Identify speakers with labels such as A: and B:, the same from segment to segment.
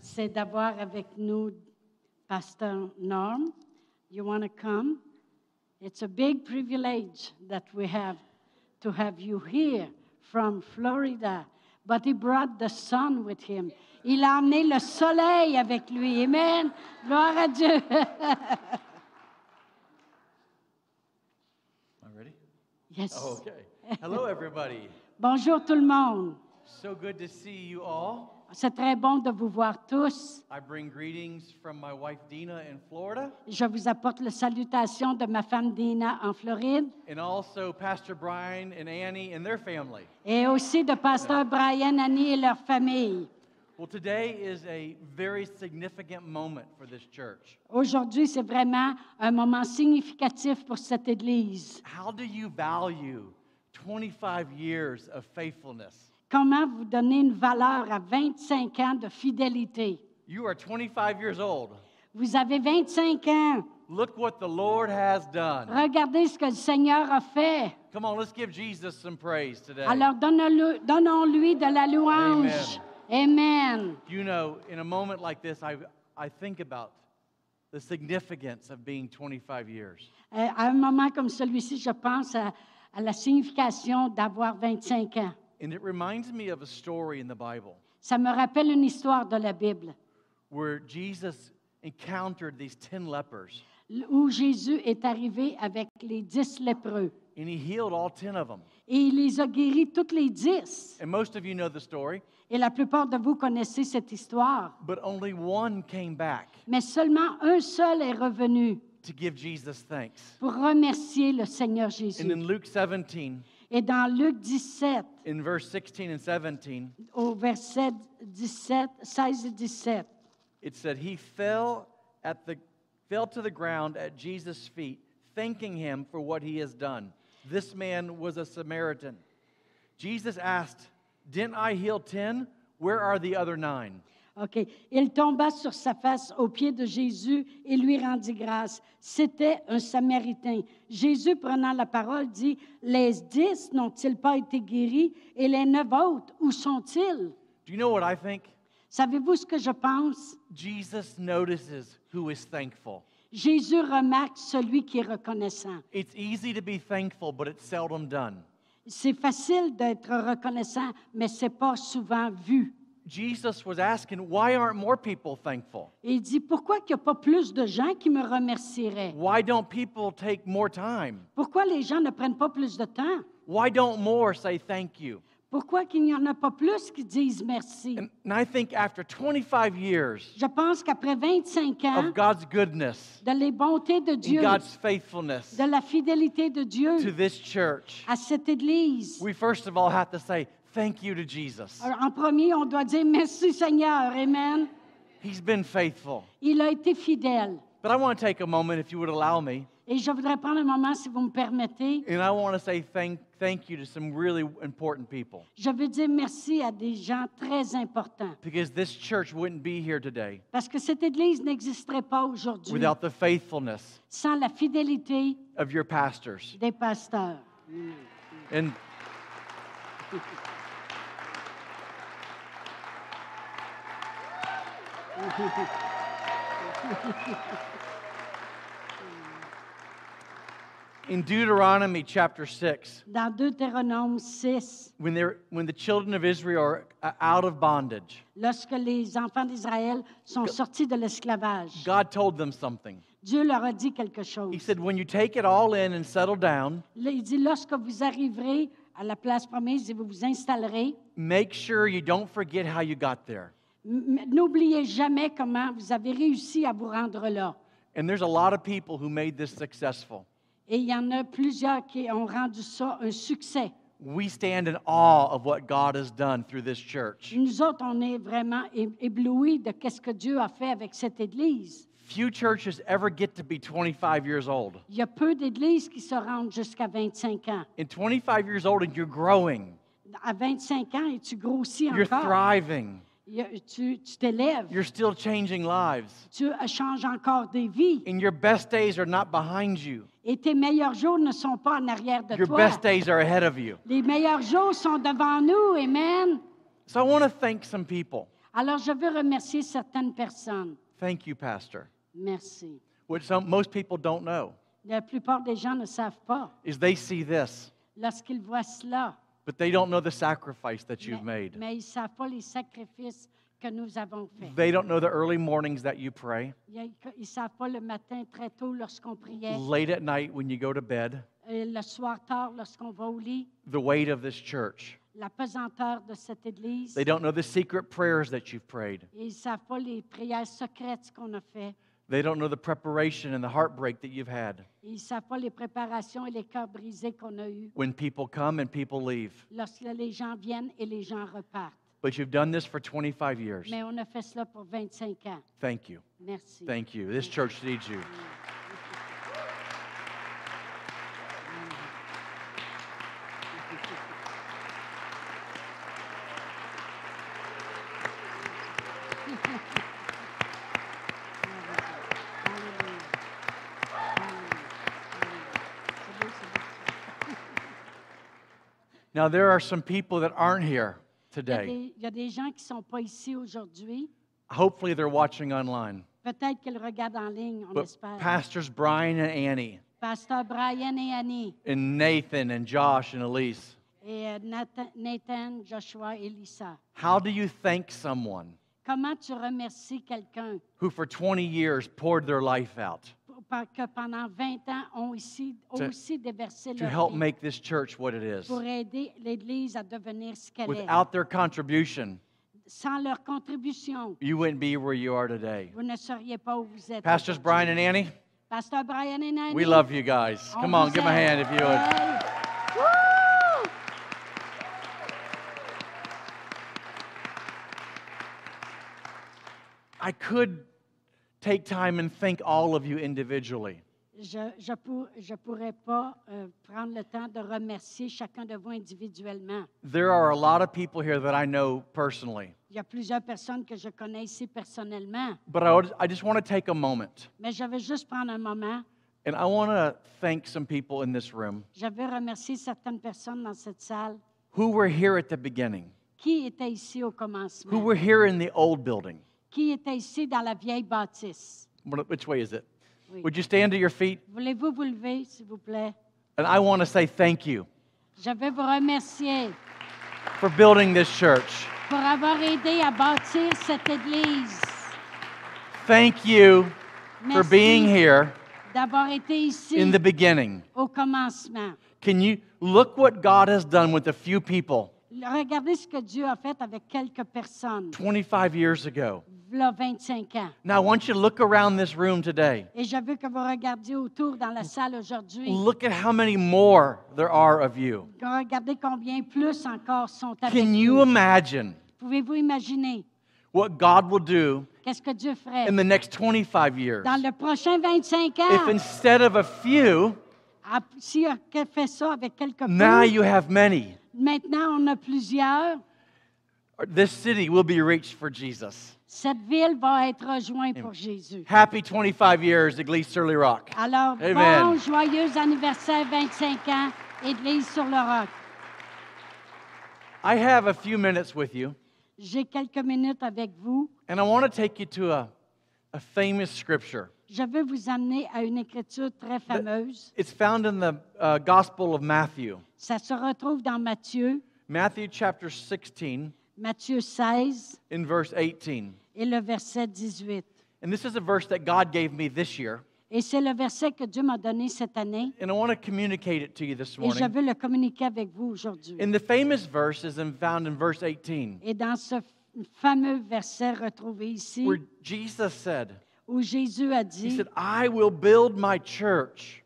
A: c'est d'avoir avec nous Pastor Norm. You want to come? It's a big privilege that we have to have you here from Florida. But he brought the sun with him. Il a emmené le soleil avec lui. Amen. Gloire à Dieu.
B: Am I ready?
A: yes.
B: Oh, okay. Hello, everybody.
A: Bonjour tout le monde.
B: So good to see you all.
A: C'est très bon de vous voir tous.
B: I bring greetings from my wife Dina in Florida
A: Je vous apporte la salutation de ma femme Dina en Floride
B: and also Pastor Brian and Annie and their family.
A: et aussi de pasteur Brian, Annie et leur famille.
B: Well, today is a very significant moment for this church.
A: Aujourd'hui, c'est vraiment un moment significatif pour cette Église.
B: How do you value 25 years of faithfulness?
A: Comment vous donner une valeur à 25 ans de fidélité?
B: You are 25 years old.
A: Vous avez 25 ans.
B: Look what the Lord has done.
A: Regardez ce que le Seigneur a fait.
B: Come on, let's give Jesus some praise today.
A: Alors donnons-le- donnons-lui de la louange. Amen.
B: You know, in a moment like this, I, I think about the significance of being 25 years.
A: Euh, À un moment comme celui-ci, je pense à, à la signification d'avoir 25 ans.
B: And it reminds me of a story in the Bible
A: Ça me rappelle une histoire de la Bible
B: where Jesus encountered these 10 lepers
A: l- où Jésus est arrivé avec les dix lépreux
B: and he healed all 10 of them.
A: et il les a guéris toutes les dix.
B: And most of you know the story,
A: Et la plupart de vous connaissez cette histoire,
B: but only one came back
A: mais seulement un seul est revenu
B: to give Jesus thanks.
A: pour remercier le Seigneur
B: And
A: Jésus.
B: in Luke 17,
A: Et dans Luc 17,
B: in verse 16 and 17,
A: au verset 17, 16 et 17,
B: it said, He fell, at the, fell to the ground at Jesus' feet, thanking him for what he has done. This man was a Samaritan. Jesus asked, Didn't I heal 10? Where are the other nine?
A: OK. Il tomba sur sa face aux pieds de Jésus et lui rendit grâce. C'était un Samaritain. Jésus, prenant la parole, dit, Les dix n'ont-ils pas été guéris et les neuf autres, où sont-ils?
B: Do you know what I think?
A: Savez-vous ce que je pense?
B: Jesus notices who is thankful.
A: Jésus remarque celui qui est reconnaissant.
B: It's easy to be thankful, but it's seldom done.
A: C'est facile d'être reconnaissant, mais c'est pas souvent vu.
B: Jesus was asking, Why aren't more people thankful?
A: Et il dit, pourquoi qu'il n'y a pas plus de gens qui me remercieraient?
B: Why don't people take more time?
A: Pourquoi les gens ne prennent pas plus de temps?
B: Why don't more say thank you?
A: Pourquoi qu'il n'y en a pas plus qui disent merci?
B: And, and I think after 25 years
A: Je pense qu'après 25 ans
B: of God's goodness
A: de les bontés de
B: and
A: Dieu,
B: God's faithfulness
A: de la fidélité de
B: to
A: Dieu
B: this church,
A: à cette Église, euh,
B: we first of all have to say thank you to Jesus.
A: en premier, on doit dire merci Seigneur, Amen.
B: He's been faithful.
A: Il a été fidèle.
B: But I want to take a moment, if you would allow me,
A: Et je voudrais prendre un moment, si vous me permettez.
B: and I want to say thank, thank you to some really important people
A: Je veux dire merci à des gens très importants.
B: because this church wouldn't be here today
A: Parce que cette Église n'existerait pas aujourd'hui
B: without the faithfulness
A: sans la fidélité
B: of your pastors.
A: des pasteurs.
B: And in Deuteronomy chapter 6,
A: Dans Deutéronome 6,
B: when, they're, when the children of Israel are uh, out of bondage,
A: lorsque les enfants d'Israël sont sortis de l'esclavage,
B: God told them something.
A: Dieu leur a dit quelque
B: He
A: chose.
B: said, When you take it all in and settle down,
A: Là, Il dit, lorsque vous arriverez à la place promise et vous vous installerez,
B: make sure you don't forget how you got there.
A: m- m- n'oubliez jamais comment vous avez réussi à vous rendre là.
B: And there's a lot of people who made this successful.
A: Et il y en a plusieurs qui ont rendu ça un succès.
B: We stand in awe of what God has done through this church.
A: Nous autres, on est vraiment é- éblouis de qu'est-ce que Dieu a fait avec cette Église.
B: Few churches ever get to be 25 years old.
A: Il y a peu d'Églises qui se rendent jusqu'à 25 ans.
B: And 25 years old, and you're growing,
A: À 25 ans, et tu grossis
B: you're
A: encore.
B: thriving,
A: Il y a- Tu tu t'élèves.
B: you're still changing lives,
A: Tu changes encore des vies.
B: and your best days are not behind you.
A: Et tes meilleurs jours ne sont pas en arrière de
B: Your
A: toi.
B: best days are ahead of you.
A: Les meilleurs jours sont devant nous. Amen.
B: So I want to thank some people.
A: Alors, je veux remercier certaines personnes.
B: Thank you, Pastor.
A: Merci.
B: What some, most people don't know
A: La plupart des gens ne savent pas.
B: is they see this,
A: Lorsqu'ils voient cela,
B: but they don't know the sacrifice that you've
A: mais,
B: made.
A: mais ils ne savent pas les sacrifices que nous avons faits.
B: They don't know the early mornings that you pray,
A: Ils ne savent pas le matin très tôt lorsqu'on priait,
B: late at night when you go to bed,
A: et le soir tard lorsqu'on va au lit,
B: the weight of this church.
A: la pesanteur de cette église.
B: They don't know the secret prayers that you've prayed.
A: Et ils ne savent pas les prières secrètes qu'on a faites.
B: They don't know the preparation and the heartbreak that you've had
A: Et Ils ne savent pas les préparations et les cœurs brisés qu'on a eus
B: when people come and people leave.
A: lorsque les gens viennent et les gens repartent.
B: But you've done this for 25 years.
A: Mais on a fait cela pour 25 ans.
B: Thank you.
A: Merci.
B: Thank you. This church needs you.
A: Alléluia. Alléluia. C'est beau, c'est beau.
B: Now, there are some people that aren't here
A: Il y a
B: today.
A: des- il y a des gens qui ne sont pas ici aujourd'hui.
B: Hopefully, they're watching online.
A: Peut-être qu'ils regardent en ligne, on
B: But
A: espère.
B: pastors Brian and Annie,
A: Pasteur Brian et Annie,
B: and Nathan and Josh and Elise,
A: et euh, Nathan, Nathan, Joshua et Lisa.
B: how do you thank someone
A: Comment tu remercies quelqu'un
B: who for 20 years poured their life out
A: pour- par- que pendant 20 ans ont aussi, ont
B: To-
A: aussi déversé
B: to
A: leur
B: help
A: vie
B: make this church what it is?
A: pour aider l'Église à devenir ce qu'elle est?
B: Without their contribution,
A: Sans leur contribution,
B: you wouldn't be where you are today.
A: vous ne seriez pas où vous êtes.
B: Pastors Brian and Annie,
A: Pasteur Brian et Annie,
B: we love you guys. Come on,
A: vous
B: give 'em a
A: aime.
B: hand if you would.
A: Hey!
B: I could take time and thank all of you individually,
A: Je ne pourrais pas euh, prendre le temps de remercier chacun de vous individuellement.
B: there are a lot of people here that I know personally,
A: Il y a plusieurs personnes que je connais ici personnellement,
B: but I, would, I just want to take a moment
A: mais je veux juste prendre un moment.
B: and I want to thank some people in this room
A: Je veux remercier certaines personnes dans cette salle
B: who were here at the beginning,
A: qui étaient ici au
B: who
A: commencement,
B: were here in the old building.
A: qui étaient ici dans la vieille bâtisse.
B: What- Which way is it?
A: Oui.
B: Would you stand to your feet?
A: Voulez-vous vous lever, s'il vous plaît?
B: And I want to say thank you
A: Je veux vous remercier
B: for building this church.
A: pour avoir aidé à bâtir cette église.
B: Thank you for
A: Merci.
B: being here
A: D'avoir été ici
B: in the beginning.
A: au commencement.
B: Can you look what God has done with a few people
A: Regardez ce que Dieu a fait avec quelques personnes,
B: 25 years ago?
A: là, 25 ans.
B: Now, I want you to look around this room today.
A: Et je veux que vous regardiez autour dans la salle aujourd'hui.
B: Look at how many more there are of you.
A: Regardez combien plus encore sont avec
B: Can you
A: nous.
B: imagine
A: Pouvez-vous imaginer
B: what God will do
A: qu'est-ce que Dieu ferait
B: in the next 25 years?
A: dans le prochain 25
B: If
A: ans? Ah,
B: instead of a few,
A: à- Si on fait ça avec quelques
B: now
A: peu,
B: you have many,
A: maintenant on a plusieurs,
B: this city will be reached for Jesus.
A: cette ville va être rejointe pour Jésus.
B: Happy 25 years, Iglesias Surly Rock.
A: Alors,
B: Amen.
A: bon, joyeux anniversaire 25 ans, Église sur le roc.
B: I have a few minutes with you,
A: J'ai quelques minutes avec vous.
B: and I want to take you to a, a famous scripture.
A: Je veux vous amener à une écriture très
B: Ben
A: fameuse.
B: It's found in the uh, Gospel of Matthew,
A: Ça se retrouve dans Matthieu,
B: Matthew chapter 16,
A: Matthieu 16
B: in verse 18.
A: et le verset 18.
B: And this is a verse that God gave me this year,
A: Et c'est le verset que Dieu m'a donné cette année
B: and I want to communicate it to you
A: et
B: this
A: je
B: morning.
A: veux le communiquer avec vous aujourd'hui.
B: And the famous verse is in- found in verse 18,
A: Et dans ce fameux verset retrouvé ici
B: where Jesus said,
A: où Jésus a
B: He
A: dit,
B: said, I will build my church,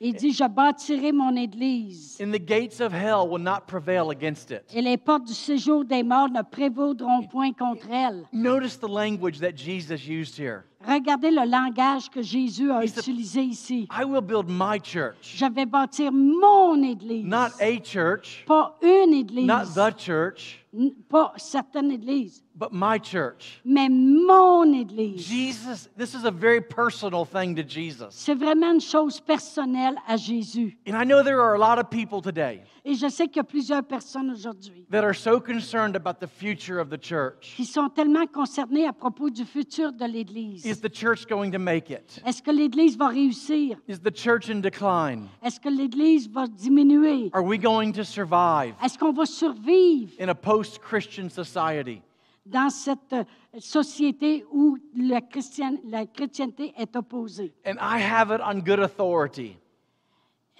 A: il dit, je bâtirai mon Église
B: and the gates of hell will not prevail against it.
A: et les portes du séjour des morts ne prévaudront point contre elle.
B: Notice the language that Jesus used here.
A: Regardez le langage que Jésus a
B: Il se-
A: utilisé ici.
B: I will build my church,
A: Je vais bâtir mon Église.
B: not a church,
A: Pas une Église.
B: not the church,
A: n- Pas certaines Églises.
B: but my church.
A: mais mon Église.
B: Jesus, this is a very personal thing to Jesus.
A: C'est vraiment une chose personnelle à Jésus.
B: And I know there are a lot of people today
A: Et je sais qu'il y a plusieurs personnes aujourd'hui
B: that are so concerned about the future of the church.
A: qui sont tellement concernées à propos du futur de
B: Is
A: l'Église.
B: the church going to make it?
A: Est-ce que l'Église va réussir?
B: Is the church in decline?
A: Est-ce que l'Église va diminuer?
B: Are we going to survive
A: Est-ce qu'on va survivre
B: in a post Christian society?
A: dans cette euh, société où la, christian- la chrétienté est opposée?
B: And I have it on good authority.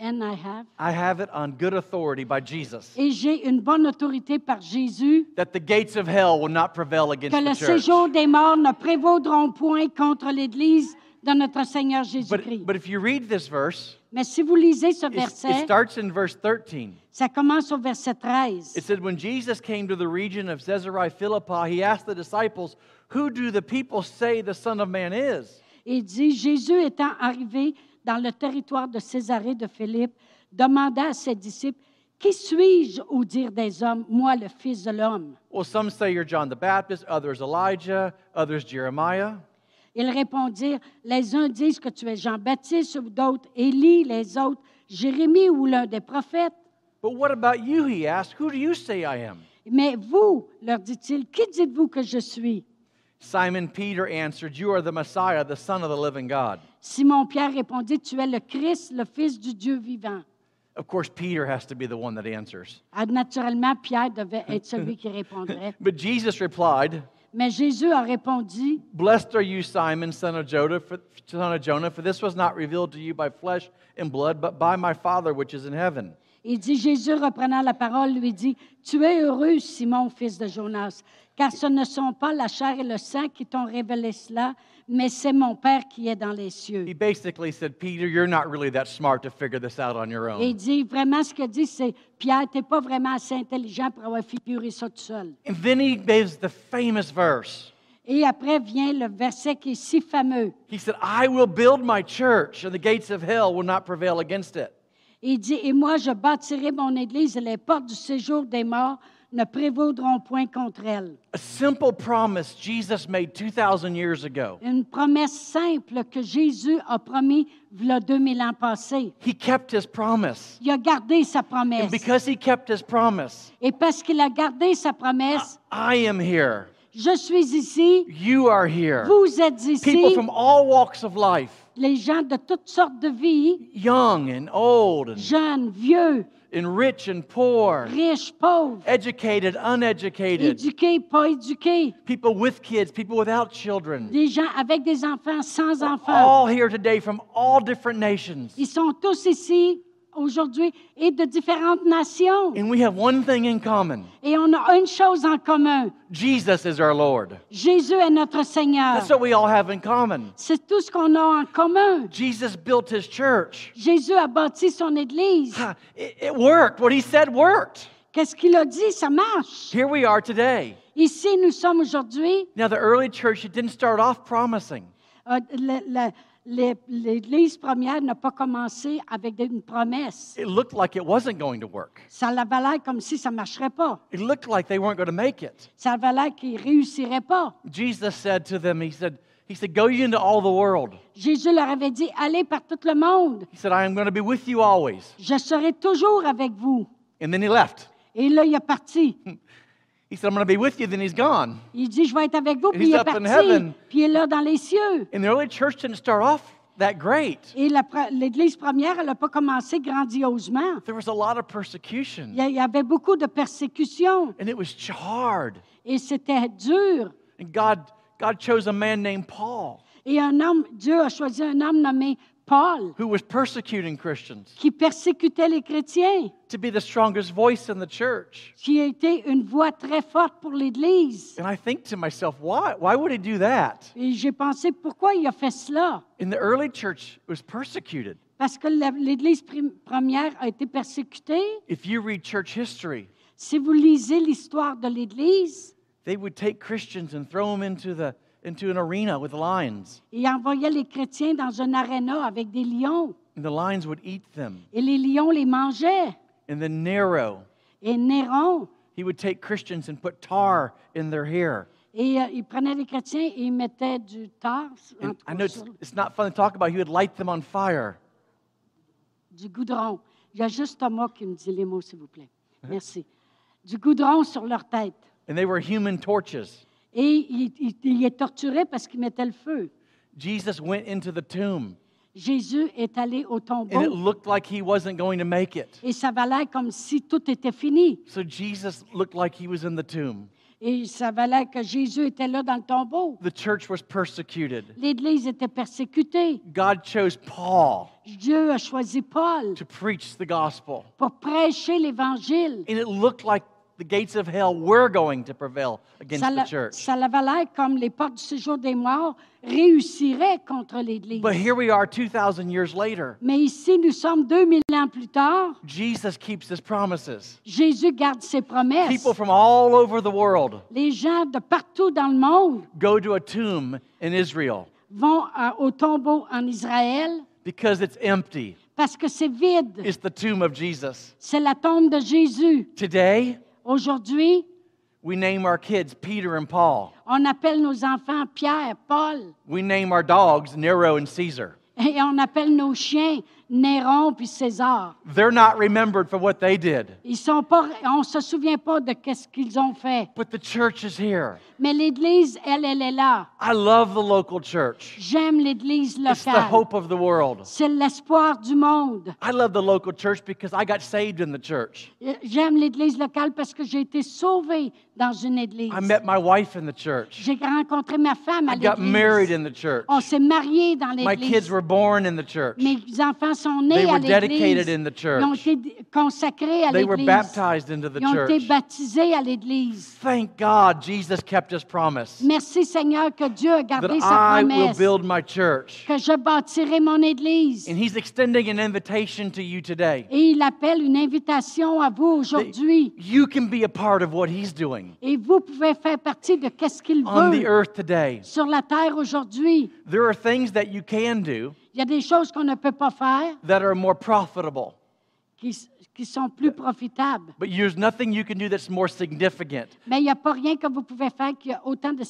A: And I have.
B: I have it on good authority by Jesus
A: Et j'ai une bonne autorité par Jésus
B: that the gates of hell will not prevail against
A: que le
B: the
A: séjour
B: church.
A: des morts ne prévaudront point contre l'Église de notre Seigneur Jésus-Christ.
B: But, but if you read this verse,
A: Mais si vous lisez ce
B: it, it
A: verset,
B: starts in verse 13.
A: ça commence au verset
B: It
A: 13.
B: said, When Jesus came to the region of Caesarea Philippi, he asked the disciples, Who do the people say the Son of Man is?
A: Il dit, Jésus étant arrivé dans le territoire de Césarée de Philippe, demanda à ses disciples, Qui suis-je au dire des hommes, moi le Fils de l'homme?
B: Well, some say you're John the Baptist, others Elijah, others Jeremiah.
A: Ils répondirent, Les uns disent que tu es Jean-Baptiste, ou d'autres Élie, les autres Jérémie ou l'un des prophètes.
B: But what about you? He asked, Who do you say I am?
A: Mais vous, leur dit-il, qui dites-vous que je suis?
B: Simon Peter answered, You are the Messiah, the Son of the living God.
A: Simon-Pierre répondit, Tu es le Christ, le Fils du Dieu vivant.
B: Of course, Peter has to be the one that answers.
A: Ah, Naturellement, Pierre devait être celui qui répondrait.
B: But Jesus replied,
A: Mais Jésus a répondu,
B: Blessed are you, Simon, son of, Jonah, for, son of Jonah, for this was not revealed to you by flesh and blood, but by my Father which is in heaven.
A: il dit, Jésus reprenant la parole, lui dit, Tu es heureux, Simon, fils de Jonas, car ce ne sont pas la chair et le sang qui t'ont révélé cela, mais c'est mon Père qui est dans les
B: He
A: cieux.
B: basically said, Peter, you're not really that smart to figure this out on your
A: Et il
B: own.
A: dit, vraiment, ce qu'il dit, c'est, Pierre, tu n'es pas vraiment assez intelligent pour avoir figuré ça tout seul.
B: And then he gives the famous verse.
A: Et après vient le verset qui est si fameux.
B: He said, I will build my church, and the gates of hell will not prevail against it.
A: Il dit, Et moi, je bâtirai mon Église et les portes du séjour des morts ne prévaudront point contre elle.
B: A simple promise Jesus made 2,000 years ago.
A: Une promesse simple que Jésus a promis v'là 2000 ans passés.
B: He kept his promise.
A: Il a gardé sa
B: And
A: promesse.
B: because he kept his promise,
A: Et parce qu'il a gardé sa promesse,
B: I am here.
A: je suis ici,
B: You are here.
A: vous êtes ici,
B: People from all walks of life,
A: les gens de toutes sortes de vies,
B: young and old, and,
A: jeunes, vieux,
B: and rich and poor,
A: riches, pauvres,
B: educated, uneducated.
A: éduqués, pas éduqués,
B: people with kids, people without children,
A: des gens avec des enfants, sans enfants.
B: all here today from all different nations.
A: Ils sont tous ici aujourd'hui et de différentes nations.
B: And we have one thing in common
A: Et on a une chose en commun.
B: Jesus is our Lord.
A: Jésus est notre Seigneur.
B: That's what we all have in common.
A: C'est tout ce qu'on a en commun.
B: Jesus built his church.
A: Jésus a bâti son Église.
B: Ha, It, it worked. What he said worked.
A: Qu'est-ce qu'il a dit? Ça marche.
B: Here we are today.
A: Ici, nous sommes aujourd'hui.
B: Now, the early church, it didn't start off promising.
A: Euh, le- le- le- L'Église première n'a pas commencé avec des- une promesse.
B: It looked like it wasn't going to work.
A: Ça avait l'air comme si ça ne marcherait pas.
B: It looked like they weren't going to make it.
A: Ça avait l'air qu'il ne réussirait pas.
B: Jesus said to them, He said, He said, Go ye into all the world.
A: Jésus leur avait dit, allez par tout le monde.
B: He said, I am going to be with you always.
A: Je serai toujours avec vous.
B: And then he left.
A: Et là, il est parti.
B: He said, I'm going to be with you. Then he's gone.
A: Il dit, je vais être avec vous, puis
B: He's
A: il est
B: up in
A: parti.
B: heaven.
A: Puis il est là dans les cieux.
B: And the early church didn't start off that great.
A: Et la pre- l'Église première, elle n'a pas commencé grandiosement.
B: There was a lot of
A: Il
B: persecution,
A: y a- il y avait beaucoup de persécutions
B: and it was ch- hard.
A: et c'était dur.
B: And God, God chose a man named Paul
A: Et un homme, Dieu a choisi un homme nommé Paul
B: who was persecuting Christians
A: qui persécutait les chrétiens,
B: to be the strongest voice in the church.
A: qui a été une voix très forte pour l'Église.
B: And I think to myself, why? Why would he do that?
A: Et j'ai pensé, pourquoi il a fait cela?
B: And the early church was persecuted.
A: Parce que la- l'Église prim- première a été persécutée.
B: If you read church history,
A: Si vous lisez l'histoire de l'Église,
B: they would take Christians and throw them into the into an arena with lions,
A: il envoyait les chrétiens dans un aréna avec des lions.
B: and the lions would eat them.
A: Et les lions les mangeaient.
B: And then Nero
A: Et Néron,
B: He would take Christians and put tar in their hair.
A: Et euh, il prenait les chrétiens et il mettait du tar, en
B: And
A: tout
B: I
A: cas,
B: know it's,
A: sur-
B: it's not fun to talk about. He would light them on fire.
A: du goudron. Il y a juste Thomas qui me dit les mots, s'il vous plaît. Merci. Du goudron sur leur tête.
B: And they were human torches.
A: Et il, il- il est torturé parce qu'il mettait le feu.
B: Jesus went into the tomb,
A: Jésus est allé au
B: and it
A: tombeau
B: looked like he wasn't going to make it.
A: et ça valait comme si tout était fini.
B: So Jesus looked like he was in the tomb.
A: Et ça valait que Jésus était là dans le tombeau.
B: The church was persecuted.
A: L'Église était persécutée.
B: God chose Paul
A: Dieu a choisi Paul
B: to preach the gospel.
A: pour prêcher l'Évangile.
B: And it looked like the gates of hell were going to prevail against
A: Ça,
B: the
A: la-
B: church.
A: ça la valait comme les portes du séjour des morts réussiraient contre l'Église.
B: But here we are 2,000 years later.
A: Mais ici, nous sommes 2000 ans plus tard.
B: Jesus keeps his promises.
A: Jésus garde ses promesses.
B: People from all over the world
A: Les gens de partout dans le monde
B: go to a tomb in Israel
A: vont à- au tombeau en Israël
B: because it's empty.
A: parce que c'est vide.
B: It's the tomb of Jesus.
A: C'est la tombe de Jésus.
B: Today,
A: Aujourd'hui,
B: we name our kids Peter and Paul.
A: on appelle nos enfants Pierre, Paul,
B: We name our dogs Nero and Caesar.
A: et on appelle nos chiens Néron puis César.
B: They're not remembered for what they did.
A: Ils sont pas, on se souvient pas de qu'est-ce qu'ils ont fait.
B: But the church is here.
A: Mais l'Église, elle, elle est là.
B: I love the local church.
A: J'aime l'Église
B: It's the
A: locale.
B: hope of the world.
A: C'est l'espoir du monde.
B: I love the local church because I got saved in the church.
A: J'aime l'Église locale parce que j'ai été sauvée dans une Église.
B: I met my wife in the church.
A: J'ai rencontré ma femme à
B: I got married
A: l'Église.
B: in the church.
A: On s'est mariés dans
B: My kids
A: l'Église.
B: were born in the church.
A: Mes enfants sont
B: They
A: nés
B: were
A: à
B: dedicated
A: l'Église.
B: in the church.
A: Ils ont été consacrés à
B: They were
A: l'Église.
B: baptized into the
A: Ils ont été
B: church.
A: baptisés à l'Église.
B: Thank God Jesus kept his promise
A: Merci Seigneur que Dieu a
B: that
A: gardé sa
B: I will
A: promesse
B: build my church.
A: que je bâtirai mon Église.
B: And he's extending an invitation to you today.
A: Et il appelle une invitation à vous aujourd'hui.
B: You can be a part of what he's doing
A: Et vous pouvez faire partie de qu'est-ce qu'il
B: on the
A: veut
B: earth today.
A: sur la terre aujourd'hui.
B: There are things that you can do
A: Il y a des choses qu'on ne peut pas faire
B: that are more profitable,
A: qui, s- qui sont plus profitables.
B: but there's nothing you can do that's more significant
A: Mais il n'y a pas rien que vous pouvez faire qui a autant de